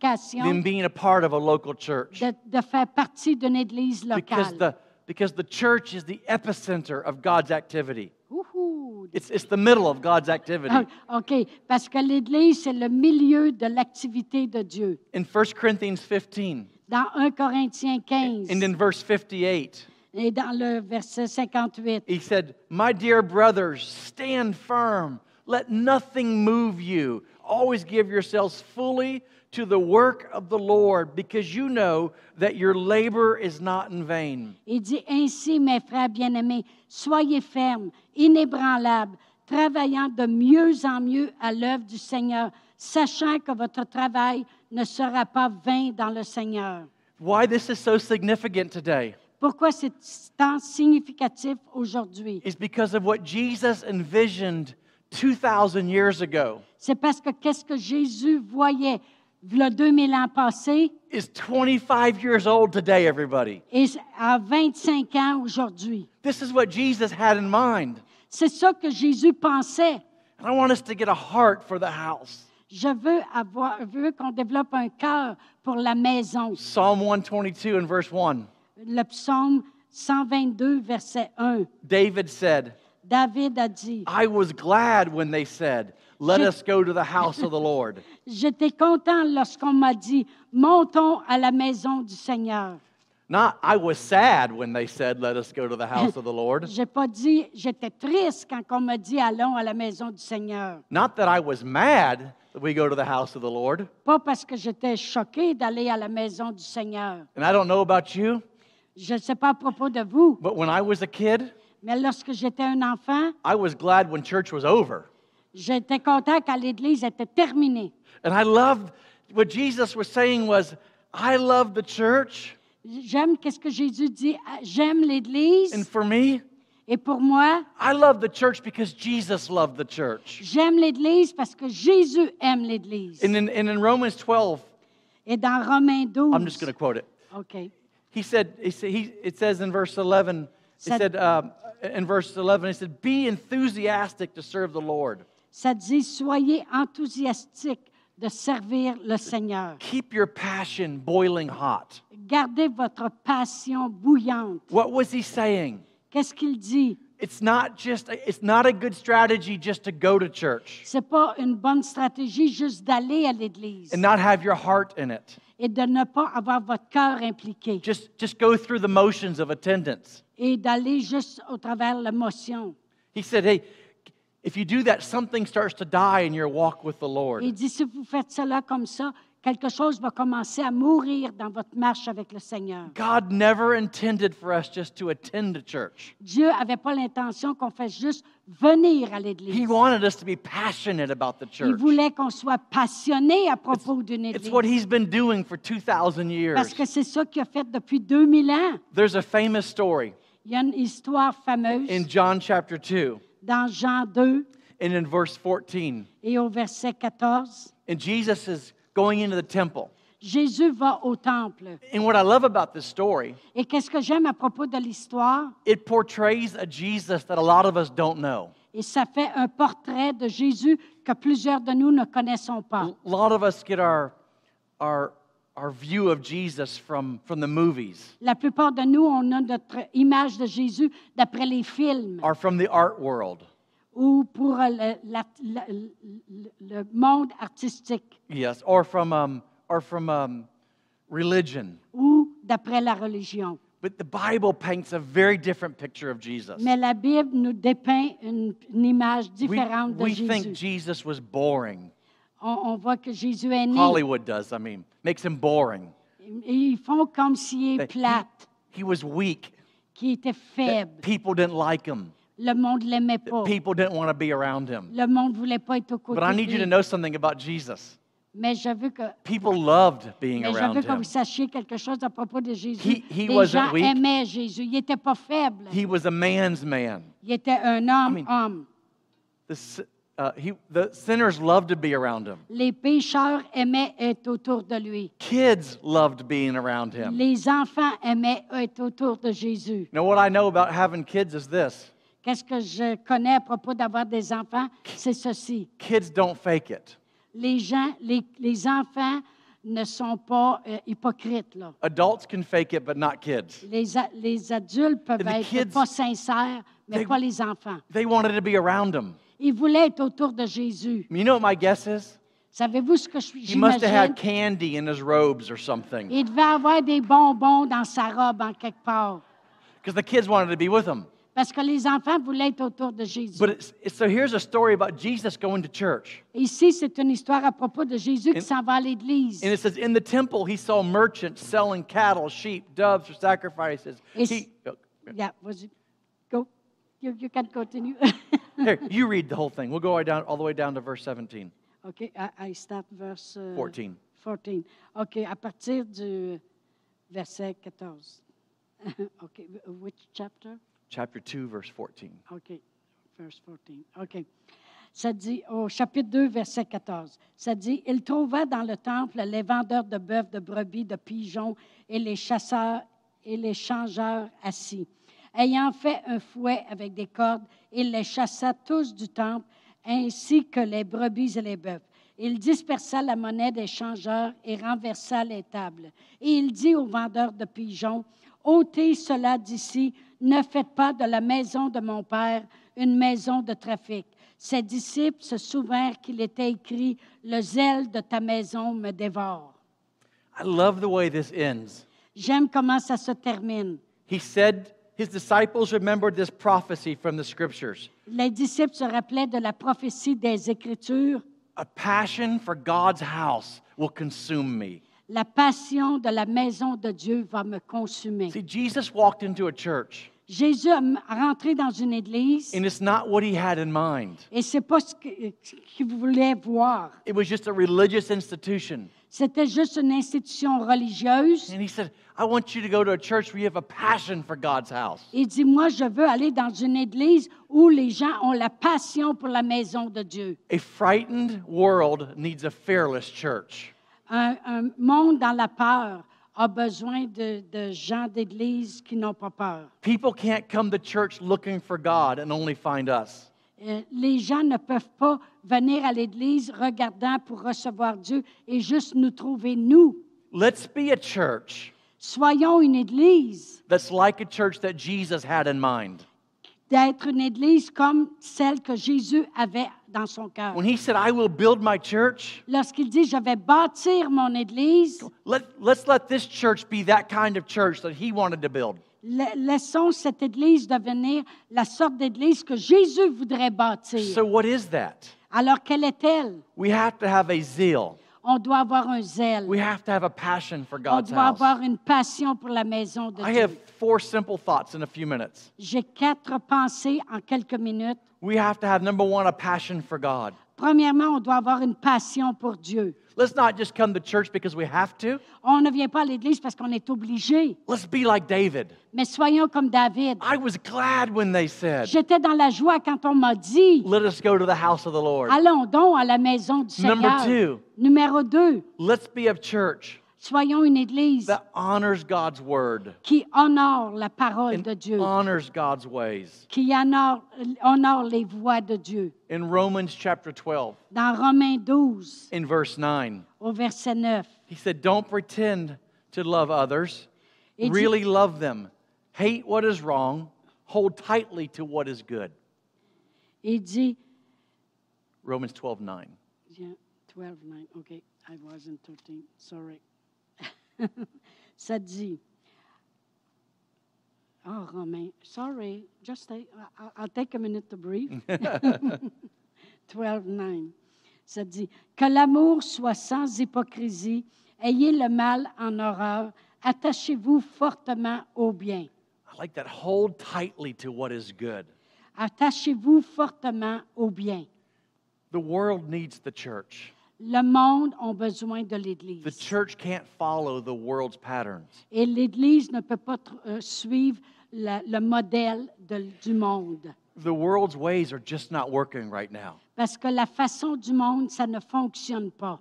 B: than
A: signification
B: being a part of a local church.
A: de, de faire partie d'une église
B: Because
A: locale.
B: the, because the church is the epicenter of God's activity,
A: Ouhou!
B: it's, it's the middle of God's activity.
A: Ah, OK, parce que l'église, c'est le milieu de l'activité de Dieu.
B: In 1 Corinthians 15
A: Dans 1 Corinthiens 15
B: and in verse 58,
A: et dans le verset 58.
B: he said, My dear brothers, stand firm. Let nothing move you. Always give yourselves fully to the work of the Lord, because you know that your labor is not in vain.
A: Il dit ainsi, mes frères bien-aimés, soyez fermes, inébranlables, travaillant de mieux en mieux à l'œuvre du Seigneur, sachant que votre travail ne sera pas vain dans le Seigneur.
B: Why this is so significant today
A: Pourquoi c'est tant significatif aujourd'hui?
B: is because of what Jesus envisioned 2,000 years ago
A: C'est parce que qu'est-ce que Jésus voyait le 2000 ans passés
B: is 25 years old today, everybody.
A: et à 25 ans aujourd'hui.
B: This is what Jesus had in mind.
A: C'est ça que Jésus pensait.
B: And I want us to get a heart for the house.
A: Je veux, avoir- je veux qu'on développe un cœur pour la maison.
B: Psalm 122 and verse 1.
A: Le psaume 122, verset 1.
B: David said,
A: David a dit,
B: I was glad when they said, Let
A: Je-
B: us go to the house of the Lord.
A: J'étais content lorsqu'on m'a dit, montons à la maison du Seigneur.
B: Not, I was sad when they said, Let us go to the house of the Lord.
A: J'ai pas dit, j'étais triste quand on m'a dit, allons à la maison du Seigneur.
B: Not that I was mad that we go to the house of the Lord.
A: Pas parce que j'étais choqué d'aller à la maison du Seigneur.
B: And I don't know about you,
A: Je ne sais pas à propos de vous,
B: but when I was a kid,
A: mais lorsque j'étais un enfant,
B: I was glad when church was over.
A: j'étais content quand l'église était terminée.
B: And I loved what Jesus was saying was, I love the church.
A: J'aime qu'est-ce que Jésus dit. Ah, J'aime
B: And
A: l'église
B: for me,
A: et pour moi,
B: I love the church because Jesus loved the church.
A: J'aime l'Église parce que Jésus aime l'Église.
B: And in, and in Romans 12,
A: Et dans Romains 12,
B: I'm just going to quote it.
A: OK.
B: He said, he, sa- he, it says in verse 11, he
A: Said-
B: said, um, in verse 11, he said, be enthusiastic to serve the Lord.
A: Ça dit, soyez enthousiastiques de servir le Seigneur.
B: Keep your passion boiling hot.
A: Gardez votre passion bouillante.
B: What was he saying?
A: Qu'est-ce qu'il dit?
B: It's not just it's not a good strategy just to go to church
A: C'est pas une bonne stratégie juste d'aller à l'église
B: and not have your heart in it.
A: et de ne pas avoir votre cœur impliqué
B: Just just go through the motions of attendance.
A: et d'aller juste au travers de l'émotion.
B: He said, "Hey, if you do that, something starts to die in your walk with the
A: Il
B: Lord.
A: dit, si vous faites cela comme ça, quelque chose va commencer à mourir dans votre marche avec le Seigneur.
B: God never intended for us just to attend a church.
A: Dieu n'avait pas l'intention qu'on fasse juste venir à
B: He
A: l'église.
B: wanted us to be passionate about the
A: Il
B: church.
A: voulait qu'on soit passionné à propos d'une
B: It's what
A: église.
B: he's been doing for 2,000 years.
A: Parce que c'est ça qu'il a fait depuis 2000 ans.
B: There's a famous story
A: Il y a une histoire
B: in
A: fameuse
B: John chapter 2
A: dans Jean 2
B: and in verse 14.
A: et au verset 14.
B: And Jesus is going into the temple.
A: Jésus va au temple.
B: And what I love about this story,
A: Et qu'est-ce que j'aime à propos de l'histoire?
B: it portrays a Jesus that a lot of us don't know.
A: Et ça fait un portrait de Jésus que plusieurs de nous ne connaissons pas.
B: A lot of us get our, our, our view of Jesus from, from the movies
A: La plupart de nous, on a notre image de Jésus d'après les films
B: or from the art world.
A: ou pour euh, le, la- la- le- le monde artistique
B: Yes, or from, um, or from um, religion.
A: ou d'après la religion.
B: But the Bible paints a very different picture of Jesus.
A: Mais la Bible nous dépeint une, une image
B: We,
A: différente de
B: we think
A: Jésus.
B: Jesus was boring.
A: On, on voit que Jésus est né
B: Hollywood does, I mean, makes him boring.
A: et ils font comme s'il est
B: That he-
A: plate,
B: He was weak.
A: qu'il était
B: that
A: faible.
B: people didn't like him.
A: Le monde l'aimait
B: that
A: pas.
B: people didn't want to be around him.
A: Le monde voulait pas être au côté
B: But I need you
A: de
B: to
A: lui.
B: know something about Jesus.
A: Mais je veux que
B: People loved being
A: Mais je veux
B: around
A: que vous
B: him.
A: sachiez quelque chose à propos de Jésus.
B: He- he
A: Les
B: wasn't
A: gens
B: weak.
A: aimaient Jésus. Il n'était pas faible.
B: He was a man's man.
A: il était un homme,
B: I mean-
A: homme.
B: The, si- uh, he, the sinners loved to be around him.
A: Les pécheurs aimaient être autour de lui.
B: Kids loved being around him. You
A: Les enfants aimaient être autour de Jésus.
B: know what I know about having kids is this:
A: Qu'est-ce que je connais à propos d'avoir des enfants? C'est ceci.
B: kids don't fake it.
A: Les gens, les, les enfants ne sont pas euh, hypocrites. là.
B: Adults can fake it, but not kids.
A: Les, a- les adultes peuvent
B: And the
A: être
B: kids-
A: pas sincères, mais
B: they-
A: pas les enfants.
B: They wanted to be around him.
A: Ils voulaient être autour de Jésus.
B: You know what my guess is?
A: Savez-vous ce que je
B: He must
A: j'imagine?
B: have had candy in his robes or something,
A: Il devait avoir des bonbons dans sa robe en quelque part.
B: because the kids wanted to be with him.
A: Parce que les enfants voulaient être autour de Jésus.
B: But it's, it's, so here's a story about Jesus going to church.
A: Ici, c'est une histoire à propos de Jésus
B: And-
A: qui s'en va à l'église.
B: And it says, In the temple, he saw merchants selling cattle, sheep, doves for sacrifices.
A: Is-
B: He, oh,
A: Yeah, was it- Go. You, you can continue.
B: here, you read the whole thing. We'll go right down, all the way down to verse 17.
A: OK, I, I start verse euh,
B: 14.
A: 14. OK, à partir du verset 14. OK, which chapter?
B: Chapter 2, verse 14.
A: OK. Verse 14. OK. Ça dit, au chapitre 2, verset 14, ça dit Il trouva dans le temple les vendeurs de bœufs, de brebis, de pigeons et les chasseurs et les changeurs assis. Ayant fait un fouet avec des cordes, il les chassa tous du temple, ainsi que les brebis et les bœufs. Il dispersa la monnaie des changeurs et renversa les tables. Et il dit aux vendeurs de pigeons, ôtez cela d'ici, ne faites pas de la maison de mon Père une maison de trafic. Ses disciples se souvinrent qu'il était écrit, le zèle de ta maison me dévore.
B: I love the way this ends.
A: J'aime comment ça se termine.
B: He said, His disciples remembered this prophecy from the scriptures
A: Les disciples se rappelaient de la prophétie des Écritures,
B: A passion for God's house will consume me.
A: la passion de la maison de Dieu va me consumer.
B: See, Jesus walked into a church,
A: Jésus a m- a rentré dans une église
B: and it's not what he had in mind,
A: et c'est pas ce que- ce qu'il voulait voir.
B: it was just a religious institution.
A: C'était juste une institution religieuse.
B: And he said, I want you to go to a church where you have a passion for God's house.
A: Il dit, moi, je veux aller dans une église où les gens ont la passion pour la maison de Dieu.
B: A frightened world needs a fearless church.
A: Un, un monde dans la peur a besoin de, de gens d'église qui n'ont pas peur.
B: People can't come to church looking for God and only find us.
A: euh, les gens ne peuvent pas venir à l'Église regardant pour recevoir Dieu et juste nous trouver nous.
B: Let's be a church
A: Soyons une Église,
B: that's like a church that Jesus had in mind.
A: d'être une Église comme celle que Jésus avait dans son cœur.
B: When he said, I will build my church,
A: Lorsqu'il dit, je vais bâtir mon Église,
B: let, let's let this church be that kind of church that he wanted to build.
A: la- laissons cette Église devenir la sorte d'Église que Jésus voudrait bâtir.
B: So, what is that?
A: Alors, quelle est-elle?
B: We have to have a zeal,
A: On doit avoir un zèle.
B: we have to have a passion for
A: On
B: God's
A: doit avoir
B: house.
A: une passion pour la maison de
B: I
A: Dieu.
B: have four simple thoughts in a few minutes.
A: J'ai quatre pensées en quelques minutes.
B: We have to have, number one, a passion for God.
A: Premièrement, on doit avoir une passion pour Dieu.
B: Let's not just come to church because we have to.
A: On ne vient pas à l'Église parce qu'on est obligé,
B: Let's be like David.
A: mais soyons comme David.
B: I was glad when they said,
A: J'étais dans la joie quand on m'a dit,
B: Let us go to the house of the Lord.
A: allons donc à la maison du
B: Number
A: Seigneur.
B: two,
A: Numéro deux,
B: let's be a church
A: soyons une Église
B: that honors God's word
A: qui honore la parole de
B: and
A: Dieu,
B: honors God's ways.
A: qui honore, honore les voies de Dieu.
B: In Romans chapter 12,
A: Dans Romains 12,
B: in verse 9,
A: au verset 9,
B: he said, Don't pretend to love others,
A: Et Dieu-
B: really love them. Hate what is wrong, hold tightly to what is good.
A: il dit,
B: Romans 12, 9.
A: Yeah, 12, 9. OK, I wasn't 13. Sorry. Ça dit. Oh, Romain, sorry. Just take, I- I- I'll take a minute to breathe. 12, 9. Ça dit Que l'amour soit sans hypocrisie, ayez le mal en horreur, attachez-vous fortement au bien.
B: I like that. Hold tightly to what is good.
A: Attachez-vous fortement au bien.
B: The world needs the church.
A: Le monde a besoin de l'Église.
B: The church can't follow the world's patterns.
A: Et l'Église ne peut pas tr- euh, suivre la- le modèle de- du monde.
B: The world's ways are just not working right now.
A: Parce que la façon du monde, ça ne fonctionne pas.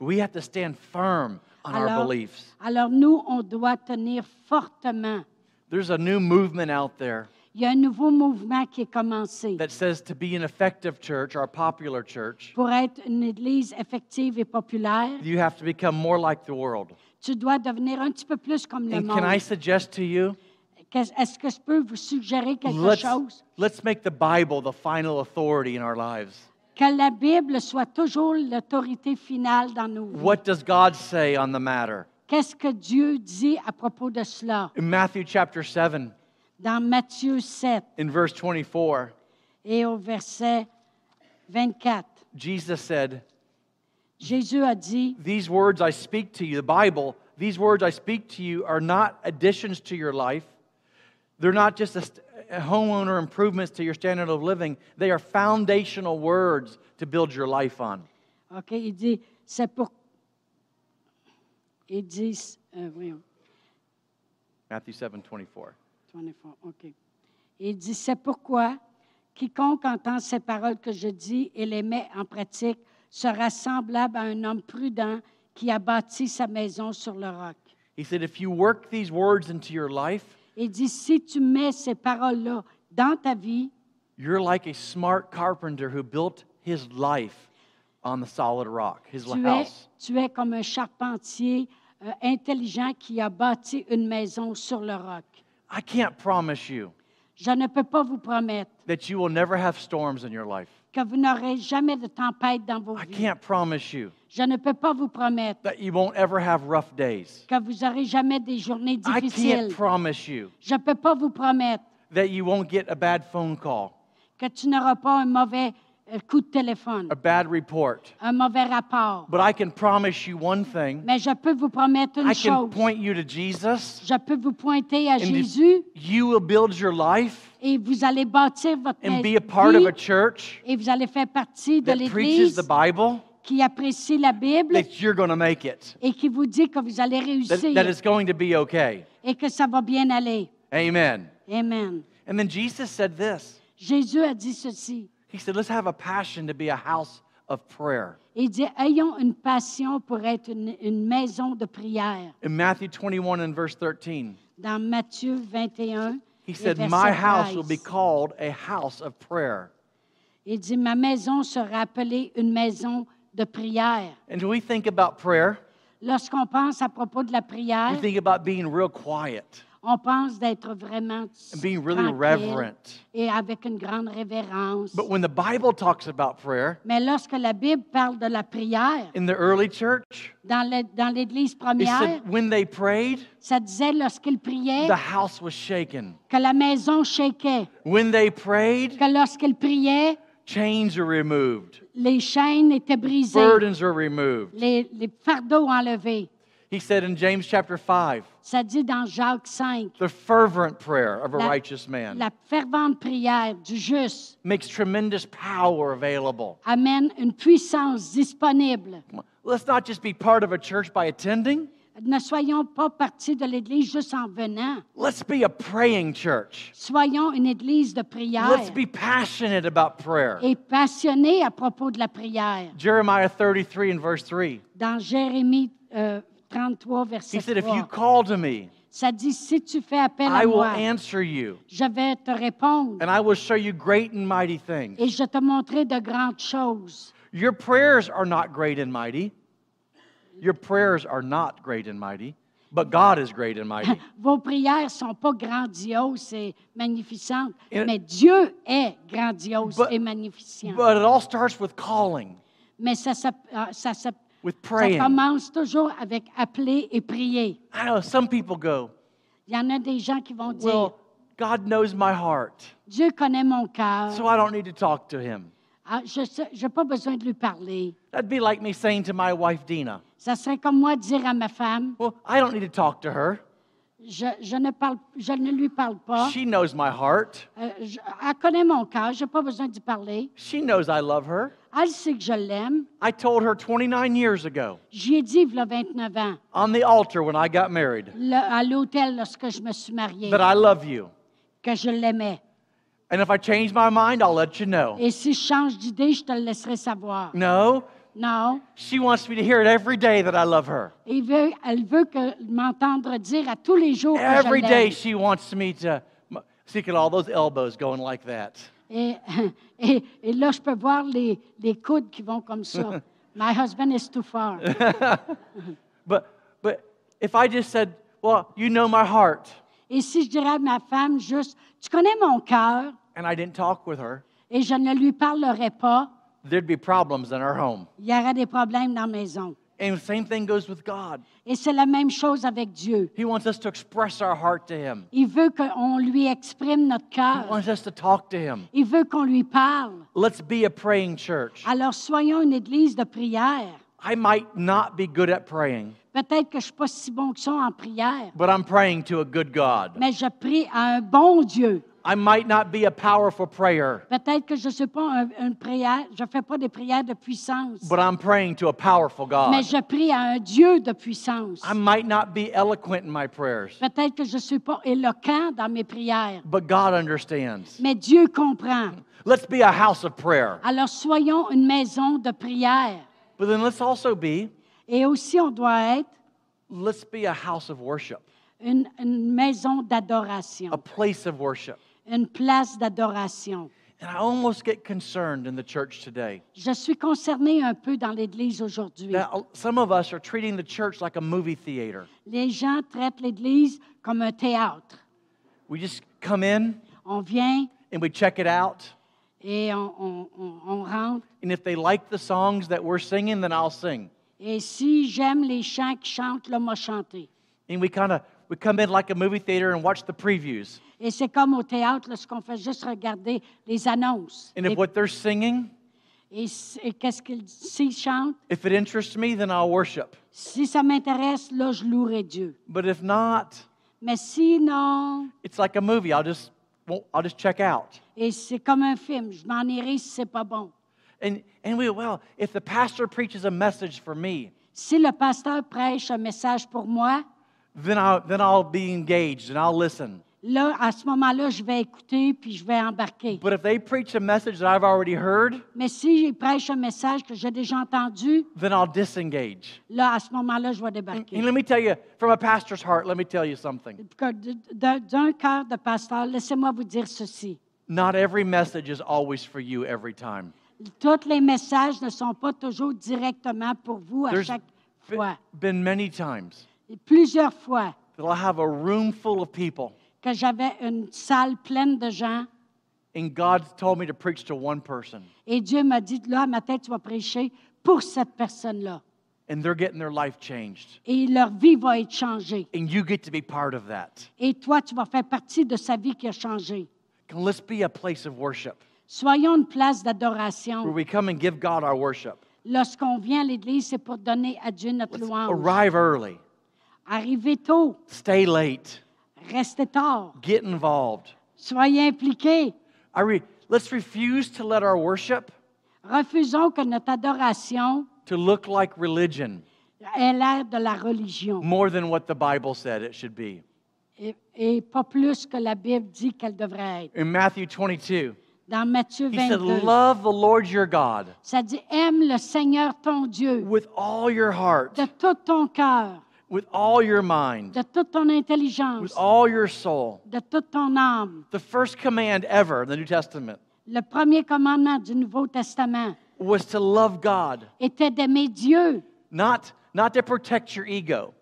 B: We have to stand firm on our
A: Alors,
B: beliefs.
A: alors nous, on doit tenir fortement.
B: There's a new movement out there
A: Il y a un nouveau mouvement qui est commencé
B: that says to be an effective church or a popular church,
A: pour être une Église effective et populaire.
B: you have to become more like the world.
A: Tu dois devenir un petit peu plus comme le
B: And can I
A: monde.
B: suggest to you,
A: Qu'est- Est-ce que je peux vous suggérer quelque
B: let's,
A: chose?
B: let's make the Bible the final authority in our lives.
A: Que la Bible soit toujours l'autorité finale dans nos vies.
B: What does God say on the matter?
A: Qu'est-ce que Dieu dit à propos de cela?
B: In Matthew chapter 7,
A: Dans Matthieu 7,
B: in verse 24,
A: Et au verset 24,
B: Jesus said,
A: Jésus a dit,
B: These words I speak to you, the Bible, these words I speak to you are not additions to your life. They're not just a, st- a homeowner improvements to your standard of living. They are foundational words to build your life on.
A: OK, il dit, c'est pour... Il dit, euh, voyons,
B: Matthew 7 24.
A: 24, OK. Il dit, c'est pourquoi quiconque entend ces paroles que je dis et les met en pratique sera semblable à un homme prudent qui a bâti sa maison sur le roc.
B: He said, If you work these words into your life,
A: Il dit, si tu mets ces paroles-là dans ta vie,
B: you're like a smart carpenter who built his life on the solid rock, his
A: Tu es,
B: house.
A: tu es comme un charpentier euh, intelligent qui a bâti une maison sur le roc.
B: I can't promise you
A: Je ne peux pas vous promettre
B: that you will never have storms in your life.
A: que vous n'aurez jamais de tempête dans vos
B: I
A: vies.
B: can't promise you
A: Je ne peux pas vous promettre
B: that you won't ever have rough days.
A: que vous n'aurez jamais des journées
B: I can't
A: difficiles.
B: promise you
A: Je ne peux pas vous promettre
B: that you won't get a bad phone call,
A: que tu n'auras pas un mauvais euh, coup de téléphone,
B: a bad report,
A: un mauvais rapport.
B: Uh, but I can promise you one thing.
A: Mais je peux vous promettre une
B: I can
A: chose.
B: point you to Jesus,
A: Je peux vous pointer à
B: and if
A: Jésus
B: you will build your life
A: et vous allez bâtir votre
B: and
A: maison
B: be a part of a church
A: et vous allez faire partie de
B: that preaches
A: l'Église
B: the Bible,
A: qui apprécie la Bible
B: that you're going to make it,
A: et qui vous dit que vous allez
B: that,
A: réussir
B: that it's going to be okay.
A: et que ça va bien aller.
B: Amen.
A: Amen.
B: And then Jesus said this
A: Jésus a dit ceci.
B: He said, Let's have a passion to be a house of prayer.
A: Il dit, ayons une passion pour être une, une maison de prière.
B: In Matthew 21 and verse 13,
A: Dans Matthieu 21,
B: He
A: et
B: said,
A: verset
B: My house will be
A: 13.
B: called a house of prayer.
A: Il dit, ma maison sera appelée une maison de prière.
B: And when we think about prayer,
A: Lorsqu'on pense à propos de la prière,
B: we think about being real quiet
A: on pense d'être vraiment
B: and being really
A: tranquille
B: reverent.
A: et avec une grande révérence.
B: But when the Bible talks about prayer
A: Mais lorsque la Bible parle de la prière,
B: in the early church,
A: dans le- dans l'Église
B: it
A: première,
B: said when they prayed,
A: ça disait lorsqu'ils priaient
B: the house was shaken.
A: que la maison shakeait,
B: When they prayed,
A: que lorsqu'ils priaient,
B: chains are removed,
A: les chaînes étaient brisées,
B: burdens are removed.
A: les, les fardeaux enlevés.
B: He said in James chapter 5,
A: Ça dit dans Jacques 5,
B: the fervent prayer of a
A: La-
B: righteous man
A: la fervente prière du juste
B: makes tremendous power available.
A: amène une puissance disponible.
B: Let's not just be part of a church by attending.
A: Ne soyons pas partie de l'Église juste en venant.
B: Let's be a praying church.
A: Soyons une Église de prière
B: Let's be passionate about prayer.
A: et passionnée à propos de la prière.
B: Jeremiah 33 and verse 3.
A: Dans Jérémie euh, 33,
B: He
A: verset
B: said, If
A: 3,
B: you call to me,
A: ça dit, si tu fais appel
B: I
A: à
B: will
A: moi,
B: answer you,
A: je vais te répondre
B: and I will show you great and mighty things.
A: et je te montrerai de grandes choses.
B: Your prayers are not great and mighty. Your prayers are not great and mighty, but God is great and mighty.
A: Vos prières ne sont pas grandioses et magnificantes,
B: Et-
A: mais Dieu est grandiose
B: But-
A: et magnificent.
B: But it all starts with calling,
A: mais ça, s'app- euh, ça s'app-
B: with
A: ça
B: praying.
A: commence toujours avec appeler et prier.
B: I know some people go,
A: Il y en a des gens qui vont dire,
B: Well, God knows my heart,
A: Dieu connaît mon cœur,
B: so I don't need to talk to him.
A: Ah, je n'ai pas besoin de lui parler.
B: That'd be like me saying to my wife, Dina,
A: Ça serait comme moi dire à ma femme,
B: Well, I don't need to talk to her.
A: je, je ne, parle, je ne lui parle pas.
B: She knows my heart.
A: Euh, je- elle connaît mon cœur, je n'ai pas besoin d'y parler.
B: She knows I love her.
A: Elle sait que je l'aime.
B: I told her 29 years ago
A: J'y ai dit, il y a 29 ans,
B: on the altar when I got married
A: le- à l'hôtel lorsque je me suis mariée,
B: that I love you.
A: que je l'aimais.
B: And if I change my mind, I'll let you know.
A: Et si je change d'idée, je te le laisserai savoir.
B: No,
A: Non.
B: she wants me to hear it every day that I love her.
A: Il veut- elle veut que m'entendre dire à tous les jours que je
B: Every day
A: l'aime.
B: she wants me to. See, look at all those elbows going like that.
A: Et, et- et là, je peux voir les, les coudes qui vont comme ça. My husband is too far.
B: But, but if I just said, well, you know my heart,
A: Et si je dirais à ma femme juste, tu connais mon cœur,
B: and I didn't talk with her,
A: et je ne lui parlerai pas,
B: there'd be problems in our home.
A: il y aurait des problèmes dans la maison.
B: And the same thing goes with God.
A: Et c'est la même chose avec Dieu.
B: He wants us to express our heart to Him.
A: Il veut qu'on lui exprime notre
B: He
A: cœur.
B: wants us to talk to Him.
A: Il veut qu'on lui parle.
B: Let's be a praying church.
A: Alors soyons une église de prière.
B: I might not be good at praying,
A: Peut-être que je ne suis pas si bon que ça en prière,
B: but I'm praying to a good God.
A: mais je prie à un bon Dieu.
B: I might not be a powerful prayer,
A: Peut-être que je ne suis pas un- une prière, je ne fais pas des prières de puissance,
B: but I'm praying to a powerful
A: mais
B: God.
A: je prie à un Dieu de puissance.
B: I might not be eloquent in my prayers,
A: Peut-être que je ne suis pas éloquent dans mes prières,
B: but God understands.
A: mais Dieu comprend.
B: Let's be a house of prayer,
A: Alors soyons une maison de prière.
B: but then let's also be
A: Et aussi, on doit être
B: let's be a house of worship,
A: une, une maison d'adoration,
B: a place of worship.
A: une place d'adoration.
B: And I almost get concerned in the church today.
A: Je suis concernée un peu dans l'Église aujourd'hui.
B: Now, some of us are treating the church like a movie theater.
A: Les gens traitent l'Église comme un théâtre.
B: We just come in
A: On vient
B: and we check it out.
A: et on, on- on- on rentre.
B: And if they like the songs that we're singing, then I'll sing.
A: Et si j'aime les chants qui chantent, là, moi, chanter.
B: And we kind of we come in like a movie theater and watch the previews.
A: Et c'est comme au théâtre, là, ce qu'on fait juste regarder les annonces.
B: And if what they're singing,
A: Et, s- et qu'est-ce qu'ils s'ils chantent?
B: if it interests me, then I'll worship.
A: Si ça m'intéresse, là, je louerai Dieu.
B: But if not,
A: Mais sinon,
B: it's like a movie. I'll just won't, I'll just check out.
A: et c'est comme un film, je m'en irai si c'est pas bon.
B: And and we well, if the pastor preaches a message for me,
A: Si le pasteur prêche un message pour moi,
B: then I then I'll be engaged and I'll listen.
A: là, à ce moment-là, je vais écouter puis je vais embarquer.
B: But if they preach a message that I've already heard,
A: Mais si il prêche un message que j'ai déjà entendu,
B: then I'll disengage.
A: là, à ce moment-là, je vais
B: And,
A: débarquer.
B: and let me tell you, from a pastor's heart, let me tell you something.
A: Que d- d- D'un cœur de pasteur, laissez-moi vous dire ceci.
B: Not every message is always for you every time.
A: Tous les messages ne sont pas toujours directement pour vous à
B: There's
A: chaque
B: be-
A: fois.
B: been many times
A: Et plusieurs fois
B: that I'll have a room full of people,
A: que j'avais une salle pleine de gens
B: and God's told me to preach to one person,
A: et Dieu m'a dit, là, ma tête, tu vas prêcher pour cette personne-là.
B: and they're getting their life changed.
A: Et leur vie va être changée.
B: And you get to be part of that.
A: Et toi, tu vas faire partie de sa vie qui a changé.
B: Come, let's be a place of worship
A: Soyons une place
B: where
A: d'adoration.
B: we come and give God our worship.
A: Lorsqu'on vient à l'Église, c'est pour donner à Dieu notre louange.
B: Arrive early,
A: Arrivez tôt,
B: stay late,
A: restez tard,
B: get involved.
A: soyez impliqués.
B: I re- let's refuse to let our worship
A: Refusons que notre adoration
B: to look like religion
A: ait l'air de la religion
B: more than what the Bible said it should be.
A: et, et pas plus que la Bible dit qu'elle devrait être.
B: In Matthew 22,
A: Dans Matthieu
B: he said,
A: 22,
B: "Love the Lord your God
A: ça dit Aime le Seigneur ton Dieu
B: with all your heart,
A: de tout ton cœur,
B: with all your mind,
A: de toute ton
B: with
A: intelligence,
B: all your soul."
A: de toute ton âme.
B: The first command ever in the New Testament
A: Le premier commandement du Nouveau Testament
B: was to love God,
A: était d'aimer Dieu,
B: not not to protect your ego.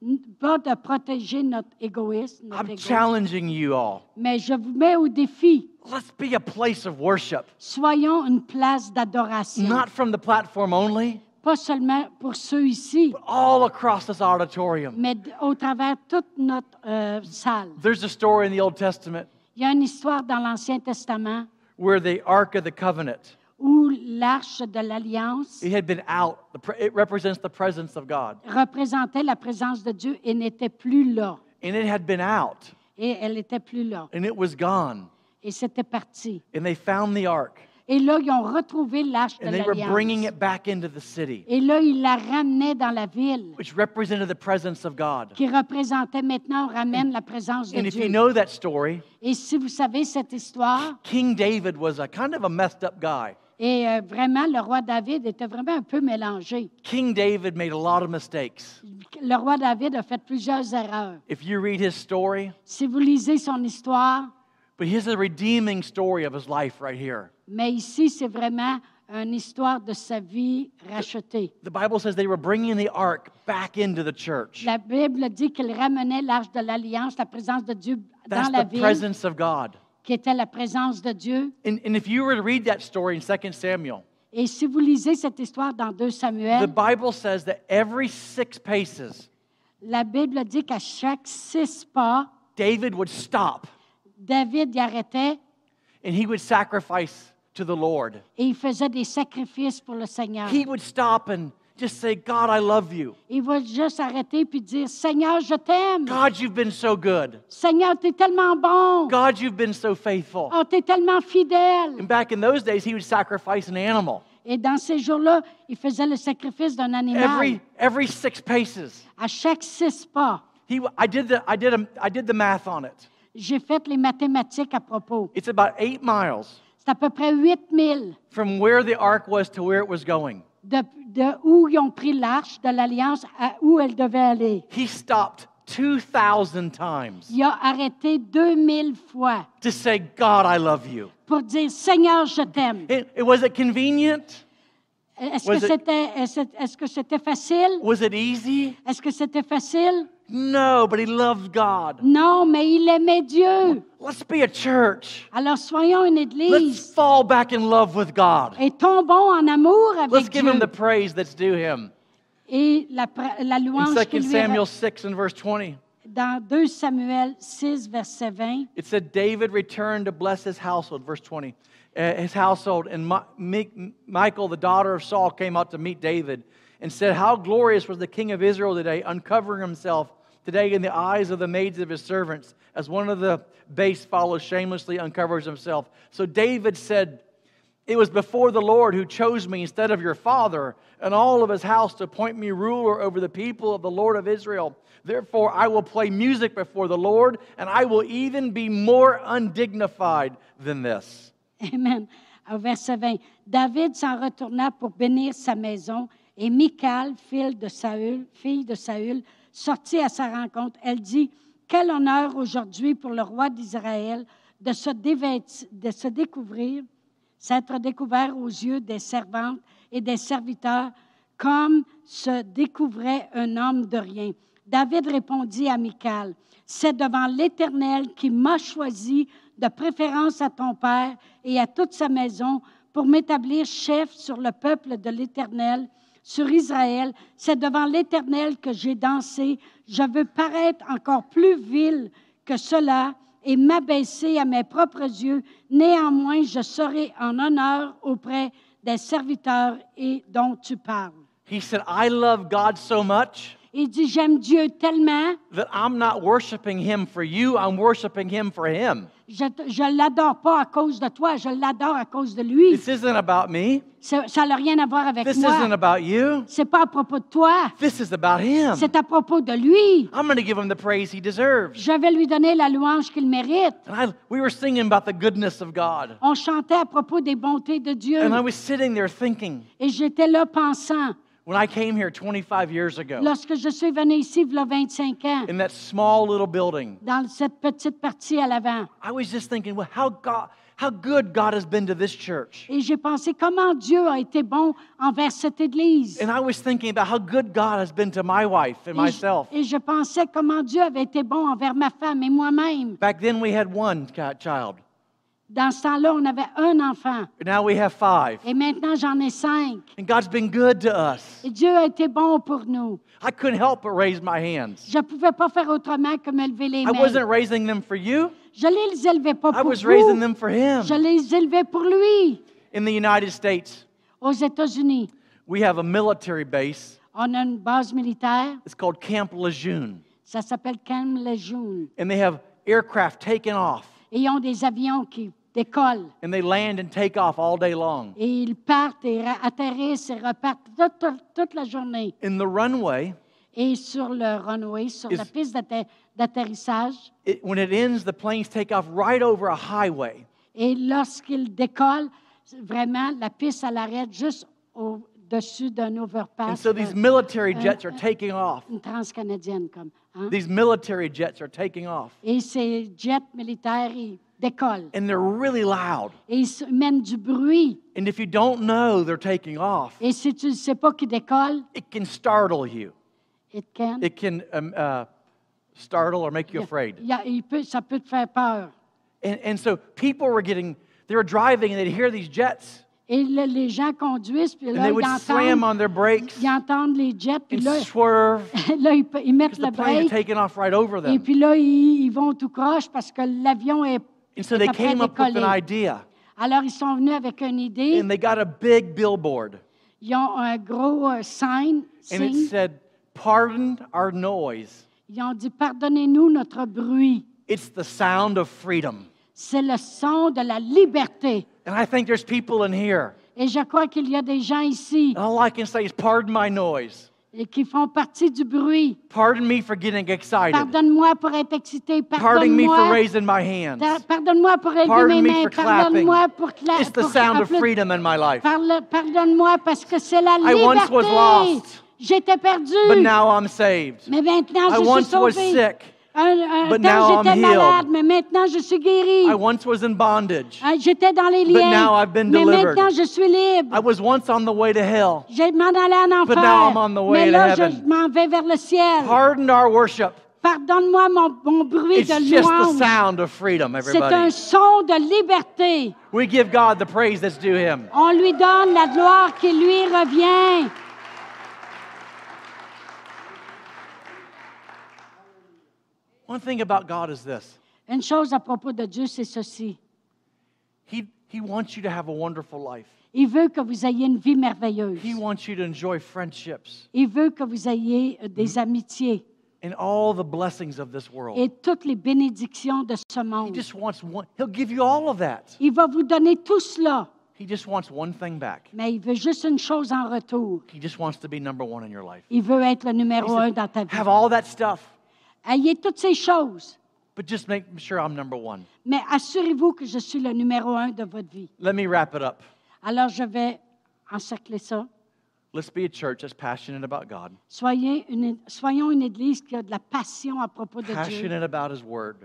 A: n- pas de protéger notre égoïsme. notre
B: I'm
A: égo.
B: challenging you all.
A: Mais je vous mets au défi.
B: Let's be a place of worship,
A: Soyons une place d'adoration.
B: not from the platform only,
A: Pas seulement pour ceux ici,
B: but all across this auditorium.
A: mais d- au travers toute notre euh, salle.
B: There's a story in the Old Testament
A: Il y a une histoire dans l'Ancien Testament
B: where the Ark of the Covenant
A: où l'arche de l'Alliance
B: it had been out. The pre- It represents the presence of God,
A: représentait la présence de Dieu et n'était plus là.
B: and it had been out,
A: Et elle n'était plus là.
B: and it was gone.
A: Et c'était parti.
B: And they found the Ark,
A: Et là, ils ont retrouvé l'arche de
B: and they were bringing
A: l'Alliance.
B: it back into the city,
A: Et là, ils la ramenaient dans la ville,
B: which represented the presence of God.
A: qui représentait maintenant, on ramène la présence de
B: And if you
A: Dieu.
B: know that story,
A: Et si vous savez cette histoire,
B: King David was a kind of a messed up guy.
A: et euh, vraiment, le roi David était vraiment un peu mélangé.
B: King David made a lot of mistakes.
A: Le roi David a fait plusieurs erreurs.
B: If you read his story,
A: Si vous lisez son histoire,
B: But here's a redeeming story of his life right here.
A: mais ici, c'est vraiment une histoire de sa vie rachetée.
B: The Bible says they were bringing the ark back into the church.
A: La Bible dit qu'il ramenait l'arche de l'Alliance, la présence de Dieu
B: That's
A: dans la
B: the
A: ville,
B: presence of God.
A: qui était la présence de Dieu.
B: And, and if you were to read that story in 2 Samuel,
A: Et si vous lisez cette histoire dans 2
B: the
A: Samuel,
B: Bible says that every six paces,
A: la Bible dit qu'à chaque six pas,
B: David would stop
A: David y arrêtait
B: and he would sacrifice to the Lord.
A: et il faisait des sacrifices pour le Seigneur.
B: He would stop and just say, God, I love you.
A: Il va juste arrêter puis dire Seigneur, je t'aime.
B: God, you've been so good.
A: Seigneur, t'es tellement bon.
B: God, you've been so faithful.
A: Oh, t'es tellement fidèle.
B: And back in those days, he would sacrifice an animal
A: Et dans ces jours-là, il faisait le sacrifice d'un animal
B: every, every six paces.
A: à chaque six pas.
B: He, I did the, I did, a, I did the math on it.
A: J'ai fait les mathématiques à propos.
B: It's about eight miles
A: C'est à peu près 8000
B: from where the ark was to where it was going.
A: de, de où ils ont pris l'arche de l'Alliance à où elle devait aller.
B: He stopped 2,000 times
A: Il a arrêté 2000 fois
B: to say, God, I love you.
A: pour dire Seigneur, je t'aime.
B: It, it- was it convenient?
A: Est-ce
B: Was
A: que
B: it-
A: c'était est-ce est-ce que c'était facile?
B: Was it easy?
A: Est-ce que c'était facile?
B: No, but he loved God.
A: Non, mais il aimait Dieu.
B: Let's be a church.
A: Alors soyons une
B: Let's
A: église
B: fall back in love with God.
A: et tombons en amour
B: Let's
A: avec
B: give
A: Dieu
B: him the praise that's due him.
A: et la, pra- la
B: In
A: louange qui
B: 2
A: lui est-
B: Samuel 6 and verse 20,
A: dans 2 Samuel 6 verset 20.
B: It said David returned to bless his household, verse 20. uh, his household, and Mi- Mi- Michael, the daughter of Saul, came out to meet David and said, How glorious was the king of Israel today, uncovering himself today in the eyes of the maids of his servants, as one of the base follows shamelessly uncovers himself. So David said, it was before the Lord who chose me instead of your father and all of his house to appoint me ruler over the people of the Lord of Israel. Therefore, I will play music before the Lord, and I will even be more undignified than this.
A: Amen. Au verset 20. David s'en retourna pour bénir sa maison et Michal, fille de Saül, fille de Saül, sortit à sa rencontre. Elle dit Quel honneur aujourd'hui pour le roi d'Israël de se, dévêtir- de se découvrir, s'être découvert aux yeux des servantes et des serviteurs comme se découvrait un homme de rien. David répondit à Michal, C'est devant l'Éternel qui m'a choisi de préférence à ton père et à toute sa maison pour m'établir chef sur le peuple de l'Éternel, sur Israël. C'est devant l'Éternel que j'ai dansé. Je veux paraître encore plus vil que cela et m'abaisser à mes propres yeux. Néanmoins, je serai en honneur auprès des serviteurs et dont tu parles.
B: He said, I love God so much
A: Il dit, j'aime Dieu tellement,
B: that I'm not worshiping him for you, I'm worshiping him for him.
A: je ne l'adore pas à cause de toi, je l'adore à cause de lui.
B: This isn't about me.
A: Ça ça n'a rien à voir avec
B: This isn't
A: moi.
B: about you.
A: C'est pas à propos de toi,
B: This is about him.
A: c'est à propos de lui.
B: I'm going to give him the praise he deserves.
A: Je vais lui donner la louange qu'il mérite.
B: And I, we were singing about the goodness of God.
A: On chantait à propos des bontés de Dieu
B: And I was sitting there thinking,
A: et j'étais là pensant,
B: when I came here 25 years ago,
A: lorsque je suis venue ici, il y a 25 ans,
B: in that small little building,
A: dans cette petite partie à l'avant,
B: I was just thinking, well, how, God, how good God has been to this church.
A: et j'ai pensé comment Dieu a été bon envers cette Église.
B: And I was thinking about how good God has been to my wife and
A: Et je-
B: myself.
A: Et je pensais comment Dieu avait été bon envers ma femme et moi-même.
B: Back then, we had one ca- child.
A: Dans ce temps-là, on avait un enfant.
B: Now we have five.
A: Et maintenant, j'en ai cinq.
B: And God's been good to us.
A: Et Dieu a été bon pour nous.
B: I couldn't help but raise my hands.
A: Je ne pouvais pas faire autrement que me lever les
B: I wasn't
A: mains.
B: raising them for you,
A: Je ne les élevais pas
B: I
A: pour
B: was raising
A: vous.
B: them for
A: Je
B: Him.
A: les élevais pour lui.
B: In the United States,
A: Aux États-Unis,
B: we have a military base.
A: on a une base militaire.
B: It's called Camp Lejeune.
A: Ça s'appelle Camp Lejeune.
B: And they have aircraft taking off,
A: Et ils ont des avions qui décollent.
B: and they land and take off all day long.
A: Et ils partent et ra- atterrissent et repartent toute- toute- toute la journée.
B: In the runway,
A: et sur le runway, sur la
B: Is-
A: piste d'atter- d'atterrissage.
B: it, when it ends, the planes take off right over a highway.
A: Et lorsqu'il décolle, vraiment, la piste, elle arrête juste au-dessus d'un overpass.
B: And so these
A: euh,
B: military jets are taking off.
A: une transcanadienne, comme. hein.
B: These military jets are taking off,
A: Et ces jets militaires, ils décollent.
B: and they're really loud.
A: Et ils se- mènent du bruit.
B: And if you don't know they're taking off,
A: Et si tu ne sais pas qu'ils décollent,
B: it can startle you.
A: it can.
B: It can um, uh, startle or make you afraid.
A: Il y a- il peut- ça peut te faire peur.
B: And, and so people were getting, they were driving and they'd hear these jets
A: Et là, les gens conduisent, puis
B: and
A: là,
B: they
A: ils
B: would slam
A: entendent,
B: on their brakes
A: ils entendent les jets, puis
B: and
A: là,
B: swerve
A: là, ils, pe- ils mettent
B: because
A: le
B: the planes are
A: break,
B: taking off right over
A: Et
B: them.
A: puis là, ils, ils vont tout croche parce que l'avion est,
B: And so
A: est
B: they
A: pas prêt à
B: came up with an
A: décoller.
B: idea
A: Alors, ils sont venus avec une idée.
B: and they got a big billboard
A: Ils ont un gros euh, sign.
B: and it
A: signe.
B: said, Pardon our noise.
A: Ils ont dit, pardonnez-nous notre bruit.
B: It's the sound of freedom.
A: C'est le son de la liberté.
B: And I think there's people in here.
A: Et je crois qu'il y a des gens ici
B: And all I can say is, Pardon my noise.
A: et qui font partie du bruit.
B: Pardon me for getting excited.
A: Pardonne-moi pour être excité.
B: Pardon me for
A: Pardonne-moi.
B: raising my hands.
A: Ta- Pardonne-moi pour élever mes
B: Pardon me
A: mains.
B: for clapping.
A: Pardonne-moi pour, cla-
B: It's the
A: pour
B: sound of
A: applaudir.
B: freedom in my life.
A: Parle- Pardonne-moi parce que c'est la
B: I once was
A: liberté.
B: lost.
A: J'étais perdu.
B: But now I'm saved.
A: Mais maintenant,
B: I
A: je
B: once
A: suis
B: was
A: sauvé.
B: sick.
A: Un, un
B: but now
A: temps,
B: I'm
A: j'étais
B: healed.
A: malade, mais maintenant, je suis guéri.
B: I once was in bondage.
A: Hein, J'étais dans les liens,
B: now I've been
A: mais
B: delivered.
A: maintenant, je suis
B: I
A: libre.
B: was once on the way to hell.
A: Je m'en allais en
B: But now I'm on the
A: enfer, mais
B: way to
A: là, je
B: heaven.
A: m'en vais vers le ciel.
B: Pardon our worship.
A: Pardonne-moi mon, mon bruit
B: It's
A: de
B: just the
A: louange.
B: sound of freedom,
A: C'est un
B: everybody.
A: son de liberté.
B: We give God the praise that's due him.
A: On lui donne la gloire qui lui revient.
B: One thing about God is this
A: Une chose à propos de Dieu, c'est ceci.
B: He, he wants you to have a wonderful life,
A: Il veut que vous ayez une vie merveilleuse.
B: He wants you to enjoy friendships
A: Il veut que vous ayez euh, des
B: Mm-hmm.
A: amitiés.
B: and all the blessings of this world.
A: et toutes les bénédictions de ce
B: He
A: monde.
B: just wants one, He'll give you all of that.
A: Il va vous donner tout cela,
B: He just wants one thing back.
A: mais il veut juste une chose en retour.
B: He just wants to be number one in your life.
A: Il veut être le numéro un dans ta vie.
B: Have all that stuff,
A: Ayez toutes ces choses,
B: but just make sure I'm number one.
A: mais assurez-vous que je suis le numéro un de votre vie.
B: Let me wrap it up.
A: Alors, je vais encercler ça.
B: Let's be a church that's passionate about God,
A: Soyez une- soyons une Église qui a de la passion à propos de Dieu,
B: passionate about His Word,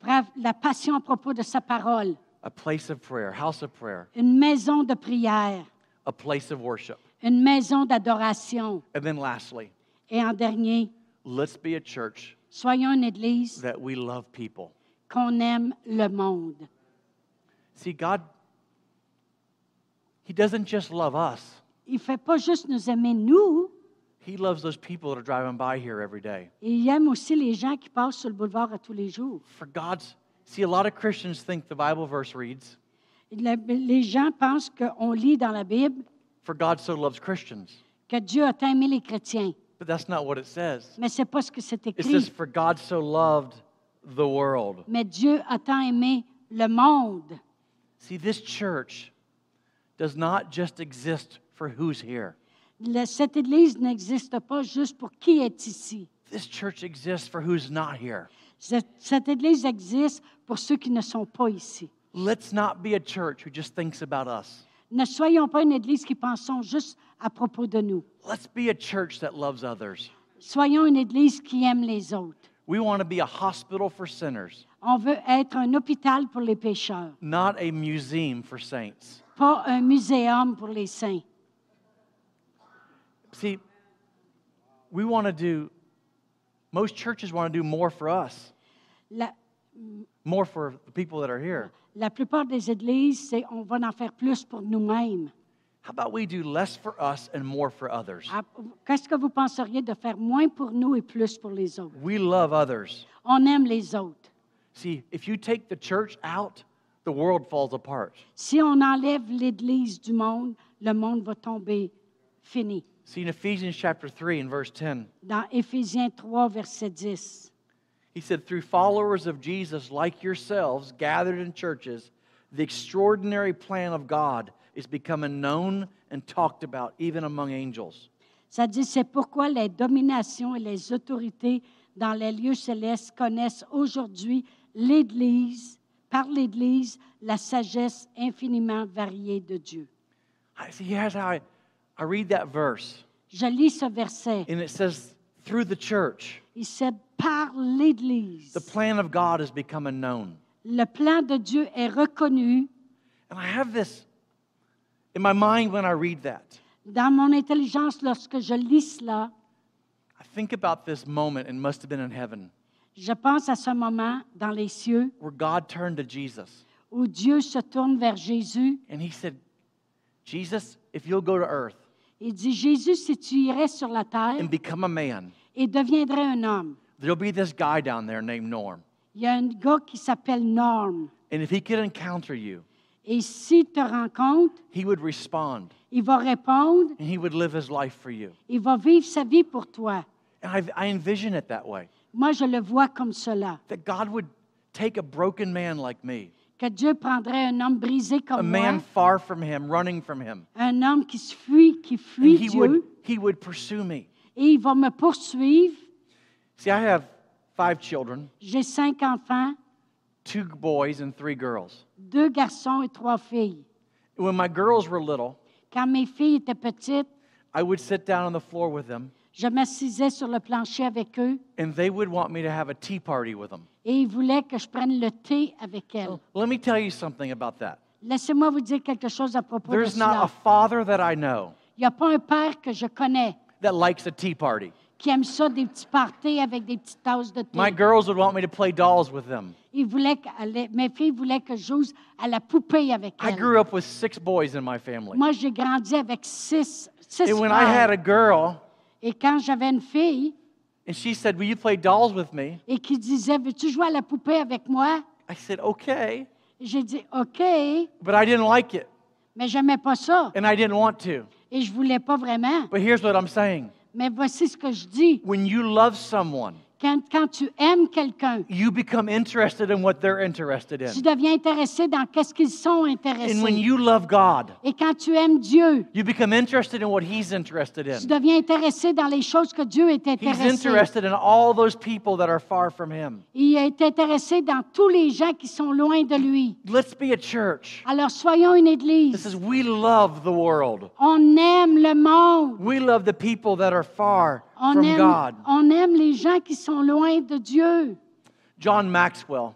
A: pra- la passion à propos de sa parole,
B: a place of prayer, house of prayer,
A: une maison de prière,
B: a place of worship.
A: une maison d'adoration.
B: And then lastly,
A: Et en dernier,
B: let's be a church
A: soyons une église
B: that we love people.
A: qu'on aime le monde.
B: See, God, He doesn't just love us,
A: Il ne fait pas juste nous aimer, nous,
B: He loves those people that are driving by here every day.
A: il aime aussi les gens qui passent sur le boulevard à tous les jours.
B: For God's, see, a lot of Christians think the Bible verse reads,
A: Le- les gens pensent qu'on lit dans la Bible
B: For God so loves Christians.
A: que Dieu a tant aimé les chrétiens,
B: But that's not what it says.
A: mais ce n'est pas ce que c'est
B: It
A: écrit.
B: says, For God so loved the world.
A: Mais Dieu a tant aimé le monde.
B: See, this church does not just exist for who's here.
A: Le- cette Église n'existe pas juste pour qui est ici.
B: This church exists for who's not here.
A: Cette, cette Église existe pour ceux qui ne sont pas ici.
B: Let's not be a church who just thinks about us.
A: Ne soyons pas une Église qui pensons juste à propos de nous.
B: Let's be a church that loves others.
A: Soyons une Église qui aime les autres.
B: We want to be a hospital for sinners,
A: On veut être un hôpital pour les pécheurs,
B: not a museum for saints.
A: pas un muséum pour les saints.
B: See, we want to do, most churches want to do more for us,
A: La,
B: more for the people that are here.
A: la plupart des Églises, c'est on va en faire plus pour nous-mêmes.
B: How about we do less for us and more for others?
A: Ah, Qu'est-ce que vous penseriez de faire moins pour nous et plus pour les autres?
B: We love others.
A: On aime les autres.
B: See, if you take the church out, the world falls apart.
A: Si on enlève l'Église du monde, le monde va tomber fini.
B: See, in Ephesians chapter 3 and verse 10,
A: Dans Éphésiens 3, verset 10,
B: he said, Through followers of Jesus like yourselves gathered in churches, the extraordinary plan of God is becoming known and talked about even among angels.
A: ça dit, c'est pourquoi les dominations et les autorités dans les lieux célestes connaissent aujourd'hui l'Église, par l'Église, la sagesse infiniment variée de Dieu.
B: I see, here's how I, I read that verse.
A: Je lis ce verset.
B: And it says, Through the church,
A: Il c'est par l'Église.
B: the plan of God is becoming known.
A: Le plan de Dieu est reconnu.
B: And I have this in my mind when I read that.
A: Dans mon intelligence, lorsque je lis cela,
B: I think about this moment, and must have been in heaven,
A: je pense à ce moment dans les cieux
B: where God turned to Jesus
A: où Dieu se tourne vers Jésus
B: and he said, Jesus, if you'll go to earth
A: et dit, Jésus, si tu irais sur la terre
B: and become a man,
A: et deviendrais un homme,
B: there'll be this guy down there named Norm.
A: il y a un gars qui s'appelle Norm.
B: And if he could encounter you,
A: Et s'il te rencontre,
B: he would respond
A: il va répondre,
B: and he would live his life for you.
A: il va vivre sa vie pour toi.
B: And I, I envision it that way
A: Moi, je le vois comme cela,
B: that God would take a broken man like me,
A: que Dieu prendrait un homme brisé
B: a
A: comme
B: man
A: moi,
B: far from him, running from him,
A: un homme qui se fuit, qui
B: and
A: fuit
B: he
A: Dieu,
B: would, he would pursue me.
A: et il va me poursuivre.
B: See, I have five children,
A: J'ai cinq enfants,
B: two boys and three girls.
A: deux garçons et trois filles.
B: When my girls were little,
A: Quand mes filles étaient petites,
B: I would sit down on the floor with them,
A: je m'assisais sur le plancher avec eux
B: and they would want me to have a tea party with them.
A: et ils voulaient que je prenne le thé avec elles.
B: Let me tell you something about that.
A: Laissez-moi vous dire quelque chose à propos de
B: There's not
A: cela.
B: a father that I know
A: Il n'y a pas un père que je connais
B: that likes a tea party.
A: qui aime ça, des petits parties avec des petites tasses de thé.
B: My girls would want me to play dolls with them.
A: Ils voulaient qu'elle- mes filles voulaient que je joue à la poupée avec
B: I
A: elles.
B: grew up with six boys in my family.
A: Moi, j'ai grandi avec six, six
B: And when I had
A: frères.
B: a girl
A: Et quand j'avais une fille
B: and she said, Will you play dolls with me?
A: et qui disait, veux-tu jouer à la poupée avec moi?
B: I said, Okay.
A: J'ai dit, OK,
B: But I didn't like it,
A: mais j'aimais pas ça
B: and I didn't want to.
A: et je voulais pas vraiment.
B: But here's what I'm saying
A: Mais voici ce que je dis.
B: when you love someone,
A: Quand, quand tu aimes quelqu'un,
B: you become interested in what they're interested
A: tu
B: in.
A: deviens intéressé dans qu'est-ce qu'ils sont
B: And when
A: intéressés.
B: you love God,
A: Et quand tu aimes Dieu,
B: You become interested in what he's interested
A: tu
B: in.
A: deviens intéressé dans les choses que Dieu est
B: He's
A: intéressé.
B: interested in all those people that are far from him.
A: Il est intéressé dans tous les gens qui sont loin de lui.
B: Let's be a church.
A: Alors soyons une
B: This
A: église.
B: is we love the world.
A: On aime le monde.
B: We love the people that are far
A: On
B: from
A: aime,
B: God.
A: on aime les gens qui sont loin de Dieu.
B: John Maxwell,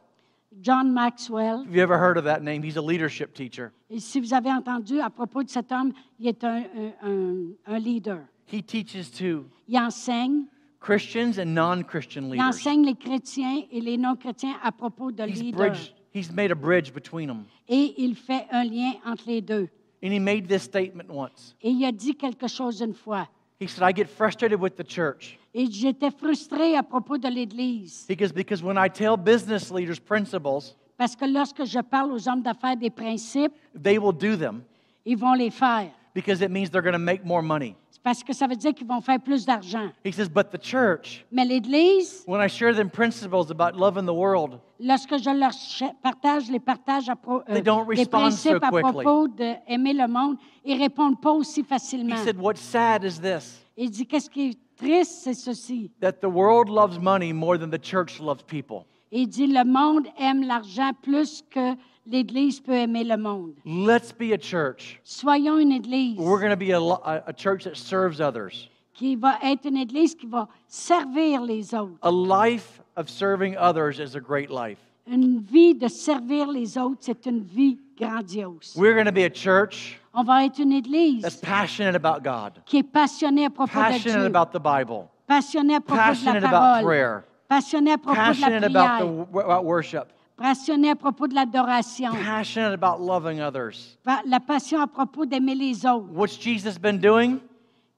A: John Maxwell.
B: Have you ever heard of that name? He's a leadership teacher.
A: Et si vous avez entendu à propos de cet homme, il est un, un- un- un leader.
B: He teaches to
A: Il enseigne,
B: Christians and non Christian
A: il
B: leaders.
A: enseigne les chrétiens et les non-chrétiens à propos de
B: He's,
A: leaders.
B: bridged, he's made a bridge between them.
A: Et il fait un lien entre les deux.
B: And he made this statement once.
A: Et il a dit quelque chose une fois.
B: He said, I get frustrated with the church
A: Et j'étais frustrée à propos de l'Église.
B: because, because when I tell business leaders principles,
A: Parce que lorsque je parle aux hommes d'affaires des principes,
B: they will do them
A: ils vont les faire.
B: because it means they're going to make more money.
A: C'est parce que ça veut dire qu'ils vont faire plus d'argent.
B: He says, but the church,
A: Mais l'Église,
B: when I share them principles about loving the world,
A: lorsque je leur ch- partage les partages à pro- euh,
B: They don't
A: des
B: respond so
A: principes à
B: quickly.
A: propos d'aimer le monde, ils répondent pas aussi
B: he
A: facilement.
B: said, what's sad is this
A: Il dit qu'est-ce qui est triste, c'est ceci.
B: that the world loves money more than the church loves people.
A: Il dit le monde aime l'argent plus que l'Église peut aimer le monde.
B: Let's be a church.
A: Soyons une Église
B: We're going to be a, lo- a a church that serves others,
A: qui va être une Église qui va servir les autres.
B: a life of serving others is a great life.
A: Une vie de servir les autres, c'est une vie grandiose.
B: We're going to be a church
A: On va être une
B: that's
A: Église
B: passionate about God,
A: qui est passionnée à propos de
B: passionate
A: Dieu,
B: about the Bible,
A: passionnée à propos de
B: passionate
A: la
B: about
A: parole,
B: prayer,
A: passionnée à propos de la
B: passionate about,
A: prière,
B: the, about worship,
A: passionnée à propos de l'adoration,
B: passionate about loving others.
A: pa- la passion à propos d'aimer les autres.
B: What's Jesus been doing?